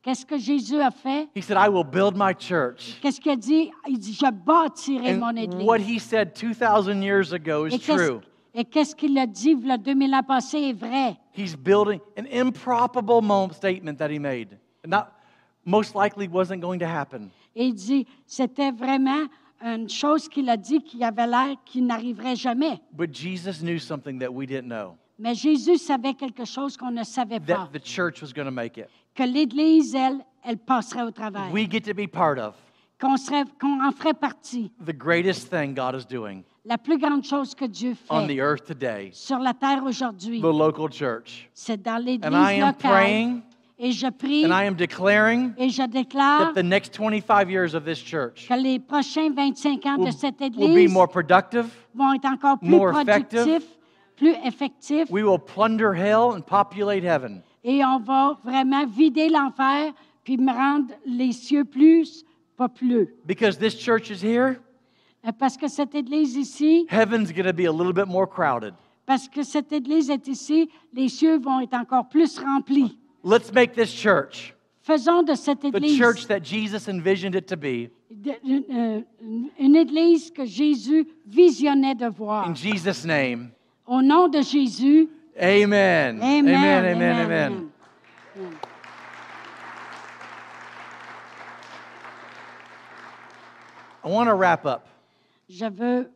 A: Qu'est-ce que Jésus a fait?
B: He said, I will build my church.
A: Qu'est-ce qu'il a dit? Il dit, je bâtirai mon
B: And
A: Église.
B: what he said 2,000 years ago
A: et
B: is
A: qu'est-ce
B: true.
A: et qu'est-ce qu'il a dit, le 2000 ans passé, est vrai.
B: He's building an improbable moment statement that he made. Not most likely wasn't going to happen.
A: Et il dit, c'était vraiment une chose qu'il a dit qui avait l'air qui n'arriverait jamais.
B: But Jesus knew something that we didn't know
A: Mais Jésus savait quelque chose qu'on ne savait pas,
B: that the church was going to make it.
A: que l'Église, elle, elle passerait au travers,
B: We get to be part of
A: qu'on serait- qu'on en ferait partie.
B: the greatest thing God is doing
A: La plus grande chose que Dieu
B: on the
A: fait
B: earth today,
A: sur la terre aujourd'hui,
B: the local church.
A: c'est dans l'Église
B: And I am
A: locale.
B: praying
A: Et je prie
B: and I am declaring
A: et je
B: that
A: déclare
B: the next 25 years of this church
A: que les prochains 25 ans de
B: will,
A: cette
B: will be
A: Église
B: more productive.
A: vont être encore plus
B: more effective.
A: productifs, plus effectifs.
B: We will plunder hell and populate heaven.
A: Et on va vraiment vider l'enfer puis me rendre les cieux plus populeux.
B: Because this church is here,
A: Euh, Parce que cette église ici,
B: heaven's going to be a little bit more crowded.
A: parce que cette église est ici, les cieux vont être encore plus remplis.
B: Let's make this church
A: Faisons de cette
B: the
A: église
B: church that Jesus envisioned it to be
A: de- une, euh, une- une église que Jésus visionnait de voir.
B: in Jesus' name.
A: Au nom de Jésus, Amen.
B: Amen. Amen. Amen.
A: amen,
B: amen.
A: amen.
B: I want to wrap up.
A: Je veux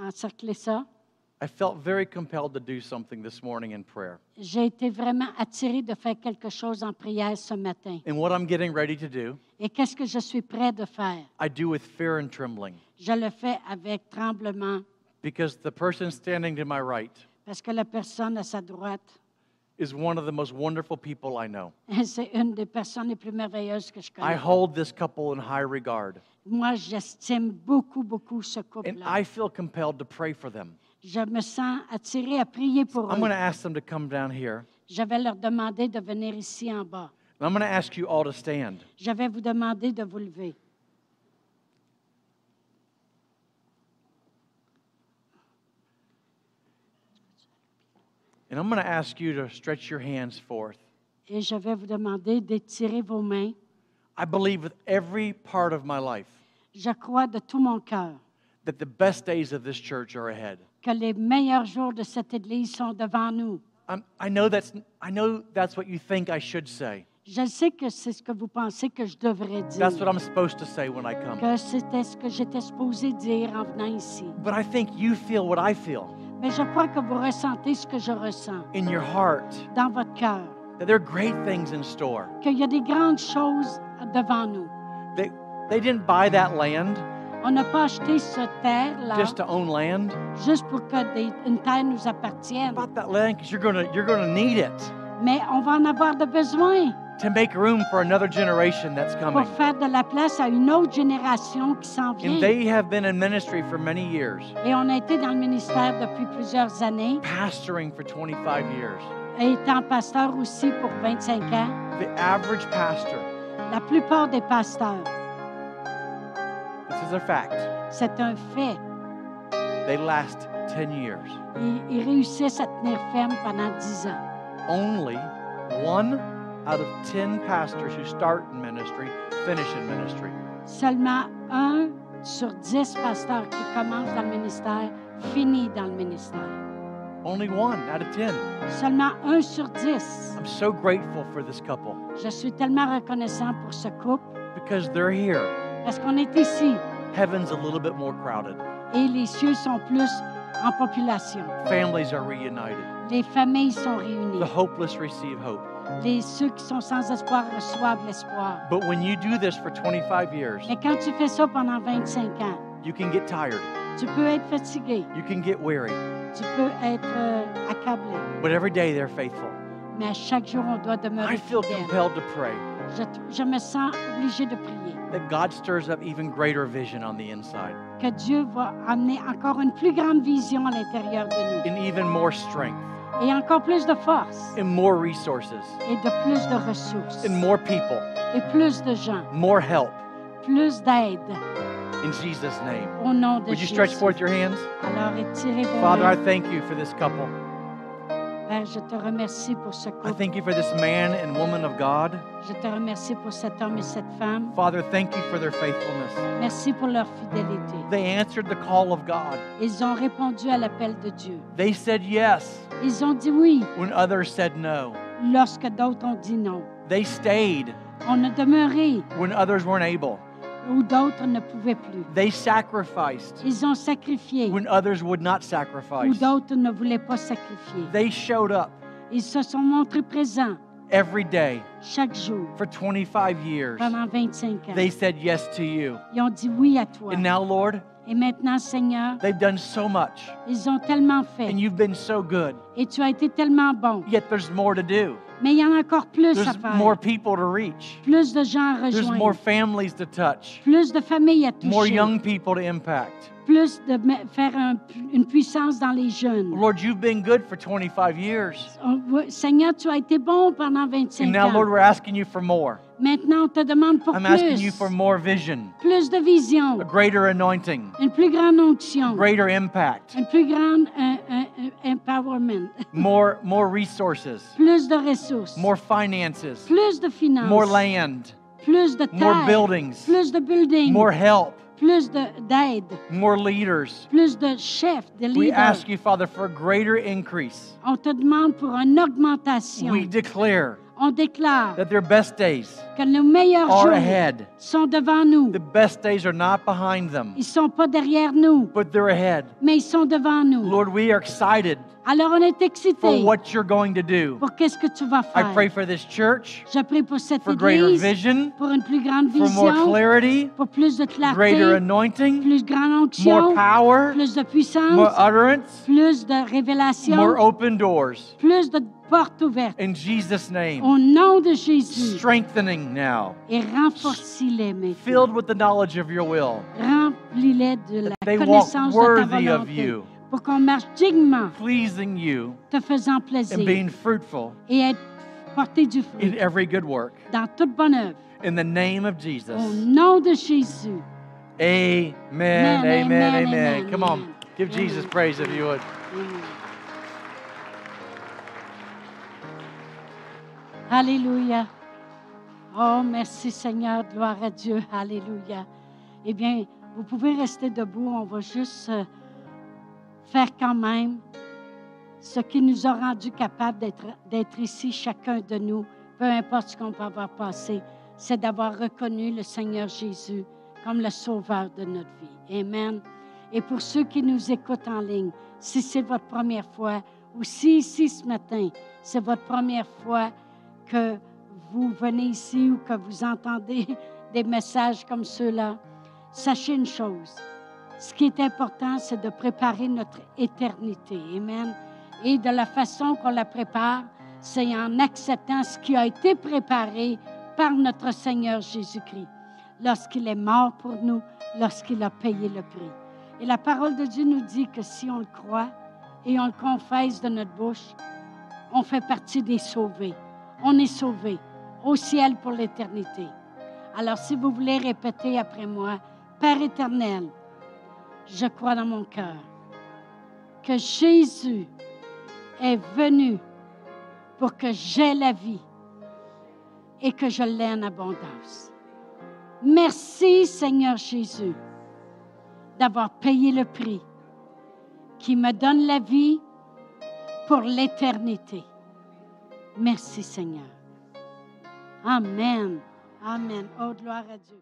A: encercler ça.
B: I felt very compelled to do something this morning in prayer.
A: J'ai été vraiment attirée de faire quelque chose en prière ce matin.
B: And what I'm getting ready to do,
A: Et qu'est-ce que je suis prêt de faire?
B: I do with fear and trembling
A: Je le fais avec tremblement
B: because the person standing to my right
A: parce que la personne à sa droite,
B: is one of the most wonderful people I know.
A: c'est une des personnes les plus merveilleuses que je
B: I
A: connais.
B: hold this couple in high regard,
A: Moi, j'estime beaucoup, beaucoup ce
B: and
A: couple-là.
B: I feel compelled to pray for them.
A: Je me sens attirée à prier pour
B: I'm going
A: eux.
B: to ask them to come down here,
A: Je vais leur demander de venir ici en bas.
B: and I'm going to ask you all to stand.
A: Je vais vous demander de vous lever.
B: And I'm going to ask you to stretch your hands forth.
A: Et je vais vous demander d'étirer vos mains.
B: I believe with every part of my life
A: Je crois de tout mon cœur
B: that the best days of this church are ahead.
A: que les meilleurs jours de cette Église sont devant nous.
B: I'm, I, know that's, I know that's what you think I should say.
A: Je sais que c'est ce que vous pensez que je devrais
B: That's what
A: dire,
B: I'm supposed to say when I come.
A: que c'était ce que j'étais supposée dire en venant ici.
B: But I think you feel what I feel
A: Mais je crois que vous ressentez ce que je ressens
B: in your heart
A: dans votre cœur,
B: that there are great things in store.
A: qu'il y a des grandes choses devant nous.
B: They, they didn't buy that land
A: On n'a pas acheté cette terre-là
B: just to own land.
A: juste pour que des- une terre nous appartienne,
B: Bought that land because you're gonna you're gonna need it.
A: mais on va en avoir de besoin.
B: to make room for another generation that's
A: pour
B: coming.
A: faire de la place à une autre génération qui s'en vient.
B: And they have been in ministry for many years,
A: Et on a été dans le ministère depuis plusieurs années,
B: pastoring for 25 years.
A: et étant pasteur aussi pour 25 ans.
B: The average pastor,
A: La plupart des pasteurs,
B: this is a fact,
A: c'est un fait,
B: they last 10 years.
A: ils, ils réussissent à tenir ferme pendant 10 ans.
B: Only one out of 10 pastors who start in ministry finish in ministry.
A: Seulement un sur 10 pasteurs qui commencent dans le ministère finit dans le ministère.
B: Only one out of 10.
A: Seulement un sur 10.
B: I'm so grateful for this couple
A: Je suis tellement reconnaissant pour ce couple
B: because they're here.
A: parce qu'on est ici
B: Heaven's a little bit more crowded.
A: et les cieux sont plus en population.
B: Families are reunited.
A: Les familles sont
B: The
A: réunies.
B: hopeless receive hope.
A: Les ceux qui sont sans espoir reçoivent l'espoir.
B: But when you do this for 25 years,
A: Mais quand tu fais ça pendant 25 ans,
B: you can get tired.
A: tu peux être fatigué,
B: You can get weary.
A: tu peux être euh, accablé,
B: But every day they're faithful.
A: mais à chaque jour, on doit demeurer
B: I feel
A: fidèle.
B: compelled to pray
A: Je, je me sens obligé de prier
B: that God stirs up even greater vision on the inside
A: que Dieu va amener encore une plus grande vision à l'intérieur de
B: and even more strength
A: nous et encore plus de force
B: and more resources
A: et de plus de ressources
B: and more people,
A: et plus de gens,
B: more help
A: plus d'aide
B: in Jesus' name.
A: au nom de
B: Would you
A: Jésus.
B: stretch forth your hands?
A: Alors étirez vos
B: Father, I
A: mains.
B: thank you for this couple.
A: Père, je te remercie pour ce
B: I
A: couple.
B: thank you for this man and woman of God.
A: Je te remercie pour cet homme et cette femme.
B: Father, thank you for their faithfulness.
A: Merci pour leur fidélité.
B: They answered the call of God.
A: Ils ont répondu à l'appel de Dieu.
B: They said yes
A: Ils ont dit oui
B: when others said no.
A: lorsque d'autres ont dit non.
B: They stayed
A: On a demeuré
B: when others weren't able.
A: où d'autres ne pouvaient plus.
B: They sacrificed
A: Ils ont sacrifié
B: when others would not
A: où
B: sacrifice.
A: d'autres ne voulaient pas sacrifier.
B: They showed up
A: Ils se sont montrés présents
B: every day
A: chaque jour
B: for 25 years.
A: pendant 25 ans.
B: They said yes to you.
A: Ils ont dit oui à toi.
B: And now, Lord,
A: Et maintenant, Seigneur,
B: they've done so much
A: ils ont tellement fait
B: and you've been so good.
A: et tu as été tellement bon.
B: Yet there's more to do.
A: Mais il y en a encore plus à
B: There's
A: faire.
B: more people to reach.
A: Plus de gens à
B: There's
A: rejoindre.
B: more families to touch.
A: plus de familles à toucher,
B: More young people to impact.
A: plus de me- faire un pu- une puissance dans les jeunes.
B: Lord, you've been good for 25 years.
A: On voit- Seigneur, tu as été bon pendant 25
B: And now,
A: ans.
B: Lord, we're asking you for more.
A: Maintenant, on te demande pour
B: I'm asking
A: plus,
B: you for more vision,
A: plus de vision,
B: a greater anointing,
A: une plus grande onction,
B: greater impact,
A: une plus grande un- un- un- empowerment,
B: more, more resources,
A: plus de ressources,
B: more finances,
A: plus de finances,
B: more land,
A: plus de
B: more
A: terre,
B: buildings,
A: plus de buildings,
B: more help,
A: plus de- d'aide,
B: more leaders.
A: plus de chefs, de
B: We
A: leaders.
B: ask you, Father, for a greater increase.
A: On te demande pour une augmentation.
B: We declare
A: On déclare
B: that their best days
A: que nos meilleurs
B: are
A: jours
B: ahead.
A: sont devant nous.
B: The best days are not behind them,
A: Ils sont pas derrière nous,
B: but they're ahead.
A: mais ils sont devant nous.
B: Lord, we are excited
A: Alors on est
B: for
A: excités
B: what you're going to do.
A: pour qu'est-ce que tu vas
B: I pray
A: faire.
B: for this church,
A: Je prie pour cette
B: for greater
A: église,
B: vision,
A: pour une plus grande
B: for more
A: vision,
B: clarity,
A: pour plus de
B: greater
A: clarté,
B: anointing,
A: plus grande
B: more
A: onction,
B: power,
A: plus de
B: more
A: puissance,
B: utterance,
A: plus de révélation,
B: more open doors.
A: plus de portes ouvertes.
B: In Jesus' name,
A: Au nom de Jésus,
B: strengthening now,
A: et renforcis-les maintenant.
B: filled with the knowledge of your will.
A: Remplis-les de la
B: They walk
A: connaissance de ta
B: worthy of
A: volonté
B: you,
A: pour qu'on marche dignement,
B: pleasing you,
A: te faisant
B: and
A: plaisir.
B: being fruitful
A: et être porté du fruit
B: in every good work.
A: dans toute bonne œuvre.
B: In the name of
A: Au
B: Jesus.
A: nom de Jésus.
B: Amen. Amen.
A: Oh, amen,
B: Amen.
A: amen,
B: Come
A: amen.
B: on. Give Jesus
A: Amen.
B: praise if you would.
A: Amen. Alléluia. Oh, merci Seigneur, gloire à Dieu. Alléluia. Eh bien, vous pouvez rester debout. On va juste euh, faire quand même ce qui nous a rendus capables d'être, d'être ici, chacun de nous, peu importe ce qu'on peut avoir passé, c'est d'avoir reconnu le Seigneur Jésus comme le sauveur de notre vie. Amen. Et pour ceux qui nous écoutent en ligne, si c'est votre première fois ou si ici ce matin, c'est votre première fois que vous venez ici ou que vous entendez des messages comme ceux-là, sachez une chose. Ce qui est important, c'est de préparer notre éternité. Amen. Et de la façon qu'on la prépare, c'est en acceptant ce qui a été préparé par notre Seigneur Jésus-Christ, lorsqu'il est mort pour nous, lorsqu'il a payé le prix. Et la parole de Dieu nous dit que si on le croit et on le confesse de notre bouche, on fait partie des sauvés. On est sauvés au ciel pour l'éternité. Alors si vous voulez répéter après moi, Père éternel, je crois dans mon cœur que Jésus est venu pour que j'aie la vie et que je l'ai en abondance. Merci Seigneur Jésus d'avoir payé le prix qui me donne la vie pour l'éternité. Merci Seigneur. Amen. Amen. Oh, gloire à Dieu.